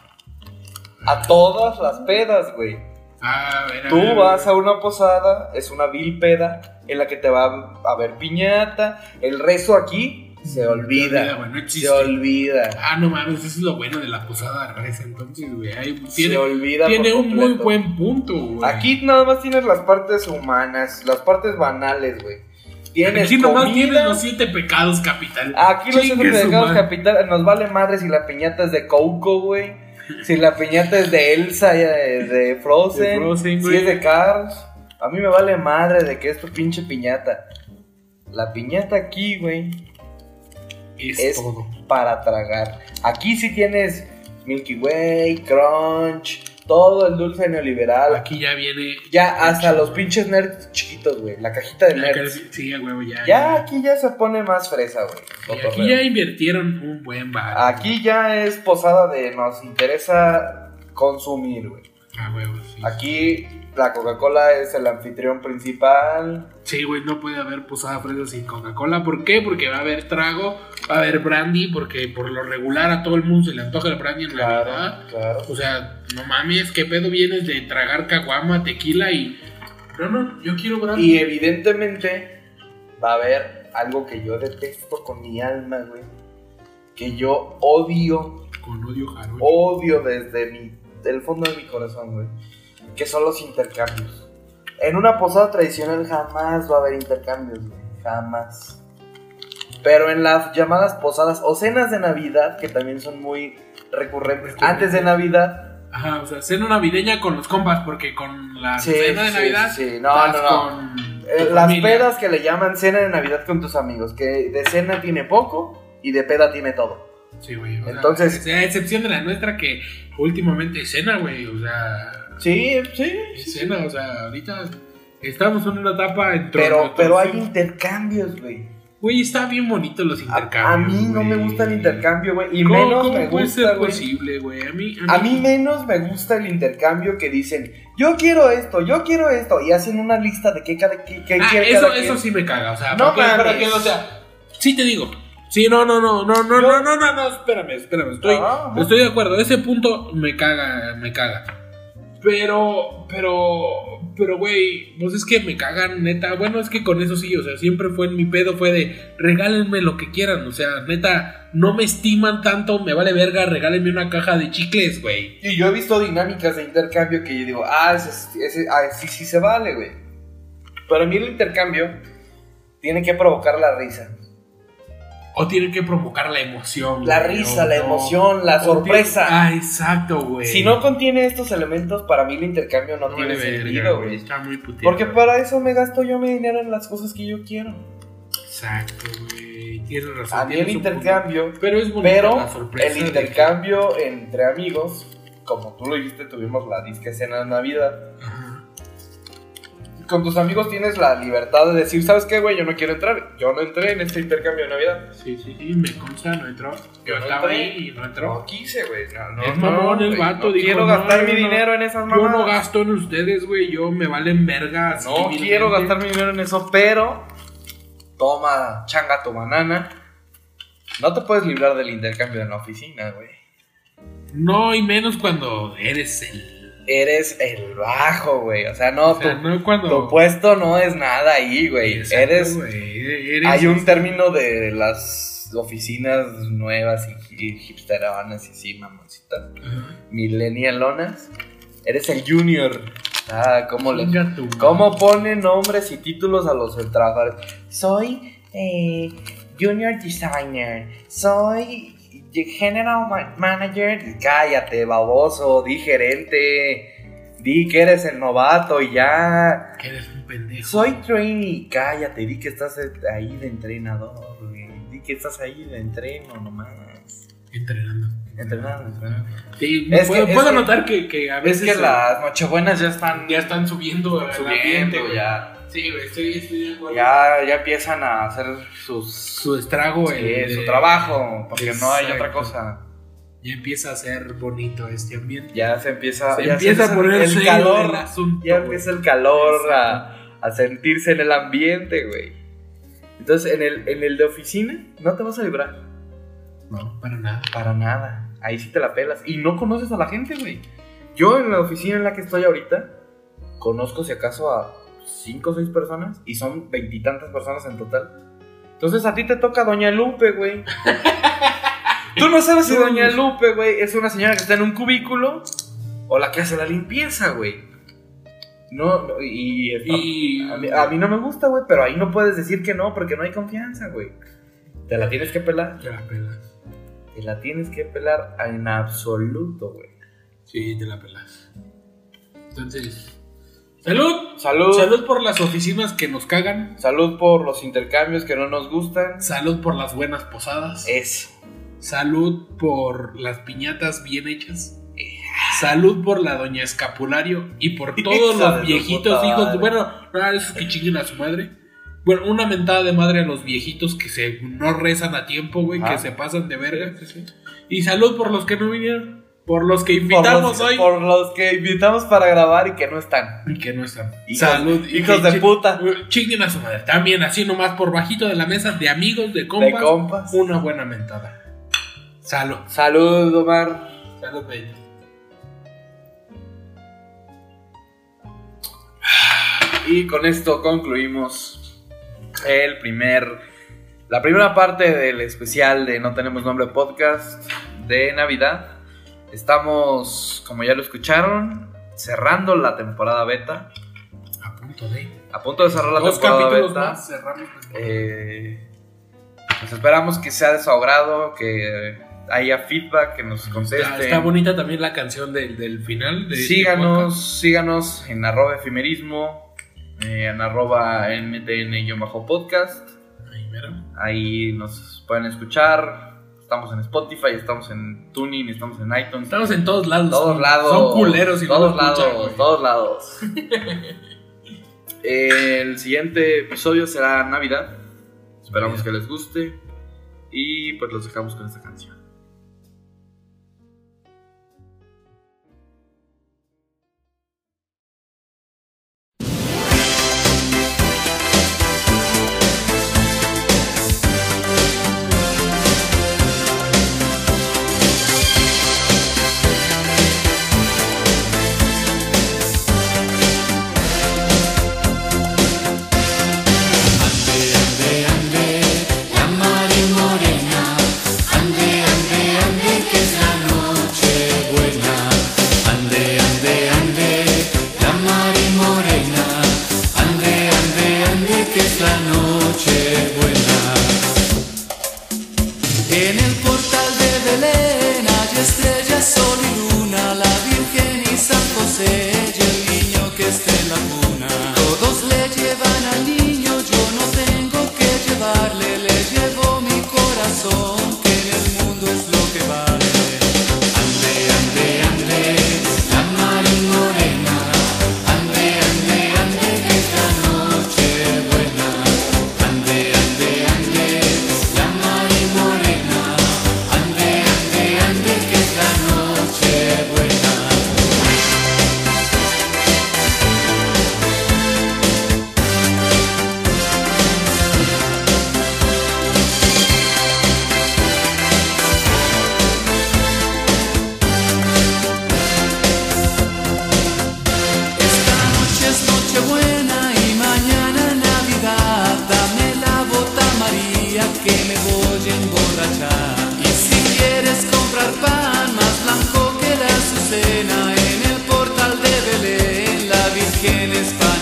S2: A todas las pedas, güey.
S3: Ah, era-
S2: Tú vas a una posada, es una vil peda en la que te va a haber piñata. El resto aquí se
S3: Olvida,
S2: olvida.
S3: güey, no existe.
S2: Se olvida.
S3: Ah, no mames, eso es lo bueno de la posada fresa. Entonces, güey, ahí tiene,
S2: Se olvida.
S3: tiene
S2: por
S3: un muy
S2: completo.
S3: buen punto, güey.
S2: Aquí nada más tienes las partes humanas, las partes banales, güey. Tienes
S3: Aquí nomás
S2: comida.
S3: tienes los siete pecados capital.
S2: Aquí los
S3: Chingue su
S2: supermercados
S3: madre.
S2: capital nos vale madre si la piñata es de Coco, güey. Si la piñata es de Elsa, eh, de Frozen.
S3: De Frozen,
S2: si
S3: güey.
S2: es de Cars. A mí me vale madre de que es tu pinche piñata. La piñata aquí, güey,
S3: Es,
S2: es
S3: todo.
S2: para tragar. Aquí sí tienes Milky Way, Crunch, todo el dulce neoliberal.
S3: Aquí ya viene.
S2: Ya hasta los pinches nerds chiquitos, güey. La cajita de nerds.
S3: Sí, a huevo, ya.
S2: Ya aquí ya se pone más fresa, güey.
S3: Y
S2: cotorreo.
S3: aquí ya invirtieron un buen bar.
S2: Aquí ya es posada de nos interesa consumir, güey.
S3: A huevo, sí.
S2: Aquí la Coca-Cola es el anfitrión principal.
S3: Sí, güey, no puede haber posada fresa sin Coca-Cola. ¿Por qué? Porque va a haber trago, va a haber brandy, porque por lo regular a todo el mundo se le antoja el brandy en Navidad.
S2: claro.
S3: O sea, no mames, ¿qué pedo vienes de tragar caguama, tequila y... No, no, yo quiero brandy.
S2: Y evidentemente va a haber algo que yo detesto con mi alma, güey. Que yo odio,
S3: Con odio jarocho.
S2: odio desde mi, el fondo de mi corazón, güey. Que son los intercambios. En una posada tradicional jamás va a haber intercambios, güey. Jamás. Pero en las llamadas posadas o cenas de Navidad, que también son muy recurrentes,
S3: Este,
S2: antes de Navidad,
S3: Ajá, o sea, cena navideña con los compas, porque con la
S2: Sí,
S3: cena de
S2: sí,
S3: Navidad...
S2: sí, no,
S3: vas
S2: no, no.
S3: con tu
S2: eh, las
S3: familia.
S2: pedas que le llaman cena de Navidad con tus amigos, que de cena tiene poco y de peda tiene todo.
S3: Sí, güey. o sea,
S2: Entonces-
S3: o sea, a excepción de la nuestra que últimamente es cena, güey. O sea...
S2: Sí, sí.
S3: Es cena, o sea, ahorita estamos en una etapa entre.
S2: Pero, pero hay intercambios, güey.
S3: Güey, está bien bonito los
S2: A,
S3: intercambios.
S2: a mí no me
S3: güey.
S2: gusta el intercambio, güey. Y
S3: ¿Cómo,
S2: menos
S3: cómo
S2: me
S3: puede
S2: gusta,
S3: ser
S2: güey.
S3: posible, güey? A mí,
S2: A mí menos me gusta el intercambio que dicen, yo quiero esto, yo quiero esto, y hacen una lista de qué cada qué, qué
S3: Ah,
S2: quiere
S3: eso,
S2: cada
S3: eso
S2: quien.
S3: sí me caga, o sea,
S2: No
S3: ¿para qué, para
S2: mames.
S3: qué? o sea, sí te digo. Sí, no, no, no, no,
S2: Yo-
S3: no, no, no, no, no, espérame, espérame, estoy,
S2: Ah, ajá.
S3: estoy de acuerdo, ese punto me caga, me caga. Pero, pero, pero, güey, pues es que me cagan, neta. Bueno, es que con eso sí, o sea, siempre fue en mi pedo, fue de regálenme lo que quieran, o sea, neta, no me estiman tanto, me vale verga, regálenme una caja de chicles, güey.
S2: Y yo he visto dinámicas de intercambio que yo digo, ah, ese, ese- ah, sí, sí se vale, güey. Para mí el intercambio tiene que provocar la risa.
S3: O tienen que provocar la emoción.
S2: La
S3: güey,
S2: risa,
S3: o
S2: la
S3: no.
S2: emoción,
S3: O
S2: la
S3: tiene-
S2: sorpresa.
S3: Ah, exacto, güey.
S2: si no contiene estos elementos, para mí el intercambio no,
S3: No
S2: tiene
S3: vale verga,
S2: sentido,
S3: güey,
S2: güey.
S3: Está muy putito.
S2: Porque pues, para eso me gasto yo mi dinero en las cosas que yo quiero.
S3: Exacto, güey. Tienes razón.
S2: A mí el
S3: tienes un
S2: intercambio
S3: punto. Pero es bonito
S2: Pero
S3: la sorpresa
S2: el
S3: de que-
S2: intercambio entre amigos, como tú lo dijiste, tuvimos la disque cena de Navidad.
S3: Ajá.
S2: Con tus amigos tienes la libertad de decir, ¿sabes qué, güey? Yo no quiero entrar. Yo no entré en este intercambio de Navidad.
S3: Sí, sí, sí. Me consta, no entró. Yo
S2: No
S3: estaba
S2: entré.
S3: ahí y no entró.
S2: quise, güey. No, no,
S3: Es mamón el
S2: güey.
S3: vato,
S2: No
S3: dijo,
S2: quiero
S3: no,
S2: gastar
S3: yo
S2: mi
S3: no-
S2: dinero en esas
S3: Yo
S2: mamadas.
S3: no gasto en ustedes, güey. Yo me valen verga.
S2: No
S3: civilmente.
S2: quiero gastar mi dinero en eso, pero toma, changa tu banana. No te puedes librar del intercambio en la oficina, güey.
S3: No, y menos cuando eres el.
S2: Eres el bajo, güey. O sea, no,
S3: O sea,
S2: tu-
S3: no cuando.
S2: tu puesto no es nada ahí, güey.
S3: Exacto,
S2: Eres
S3: güey, eres-
S2: Hay un término de las oficinas nuevas y hi- hipsteranas y así, mamoncitas.
S3: Ajá.
S2: Millennialonas. Eres el junior. Ah, ¿cómo le...
S3: Chinga tu-
S2: ¿Cómo ponen nombres y títulos a los trabajadores? Soy eh, junior designer. Soy general ma- manager. Cállate, baboso. Di gerente. Di que eres el novato y ya.
S3: Que eres un pendejo.
S2: Soy trainee, cállate, di que estás eh, ahí de entrenador, güey. Di que estás ahí de entreno nomás.
S3: Entrenando.
S2: Entrenando, entrenando.
S3: Sí,
S2: Es
S3: puedo,
S2: que-
S3: puedo
S2: es que-
S3: notar que, que a
S2: Es
S3: veces.
S2: que las nochebuenas ya están
S3: Ya están subiendo el ambiente,
S2: subiendo,
S3: güey.
S2: ya.
S3: Sí, güey, estoy, estoy de acuerdo.
S2: Ya, ya empiezan a hacer sus,
S3: Su estrago,
S2: sí,
S3: el-
S2: su trabajo, porque no hay
S3: Exacto.
S2: otra cosa.
S3: Ya empieza a ser bonito este ambiente.
S2: Ya se empieza,
S3: Se
S2: ya se
S3: empieza a poner
S2: el
S3: serio
S2: calor.
S3: el asunto,
S2: ya
S3: güey.
S2: empieza el calor a, a sentirse en el ambiente, güey. Entonces, en el, en el de oficina, no te vas a librar.
S3: No, para nada.
S2: Para nada. Ahí sí te la pelas. Y no conoces a la gente, güey. Yo en la oficina en la que estoy ahorita, conozco si acaso a cinco o seis personas y son veintitantas personas en total. Entonces a ti te toca Doña Lupe, güey. Tú no sabes si Doña Lupe, güey, es una señora que está en un cubículo o la que hace la limpieza, güey. No, no, y,
S3: Y-
S2: a, mí, a mí no me gusta, güey, pero ahí no puedes decir que no porque no hay confianza, güey. Te la tienes que pelar.
S3: Te la pelas.
S2: Te la tienes que pelar en absoluto, güey.
S3: Sí, te la pelas. Entonces.
S2: Salud.
S3: ¡Salud!
S2: Salud.
S3: Salud por las oficinas que nos cagan.
S2: por los intercambios que no nos gustan.
S3: Salud por las buenas posadas.
S2: Eso.
S3: Salud por las piñatas bien hechas. Salud por la doña Escapulario y por todos
S2: Hija de
S3: los
S2: su
S3: viejitos
S2: puta
S3: hijos.
S2: madre.
S3: de- Bueno, no, esos que chinguen a su madre. Bueno, una mentada de madre a los viejitos que se no rezan a tiempo, güey,
S2: Ajá.
S3: que se pasan de verga. Y salud por los que no vinieron, por los que invitamos
S2: por los,
S3: hoy
S2: Por los que invitamos para grabar y que no están.
S3: y que no están.
S2: Hijos-
S3: salud, y
S2: hijos
S3: que
S2: de
S3: chi-
S2: puta.
S3: Chinguen a su madre. También así nomás por bajito de la mesa de amigos, de compas,
S2: De compas.
S3: una buena mentada. Salud.
S2: Salud, Omar.
S3: Salud, Benito.
S2: Y con esto concluimos el primer. La primera parte del especial de No Tenemos Nombre Podcast de Navidad. Estamos, como ya lo escucharon, cerrando la temporada beta.
S3: A punto de.
S2: A punto de cerrar la
S3: Dos
S2: temporada
S3: capítulos
S2: beta.
S3: más cerramos.
S2: Eh, pues esperamos que sea de su agrado, que haya feedback, que nos
S3: está,
S2: contesten.
S3: está bonita también la canción del, del final. De este
S2: síganos, síganos en arroba efimerismo, eh, en arroba mtn-podcast.
S3: este podcast. Ahí, mira.
S2: Ahí nos pueden escuchar. Estamos en Spotify, estamos en Tuning, estamos en iTunes.
S3: Estamos en todos lados.
S2: todos
S3: son,
S2: lados.
S3: Son culeros y
S2: todos
S3: no nos
S2: lados,
S3: escuchan, güey.
S2: todos lados. El siguiente episodio será Navidad. Esperamos que les guste. Y pues los dejamos con esta canción.
S7: En el portal de Belén hay estrellas, sol y luna, la Virgen y San José y el niño que esté en la cuna. Todos le llevan al niño, yo no tengo que llevarle, le llevo mi corazón, que en el mundo es lo que vale. Ande, ande, ande, la mar y morena, ande, ande, ande, que es la noche buena. Ande, ande, ande, la mar y morena, ande, ande, ande, que es la noche buena. Esta noche es Nochebuena y mañana Navidad. Dame la bota María que me voy a emborrachar. Y si quieres comprar pan más blanco que la azucena en el portal de Belén, la Virgen es para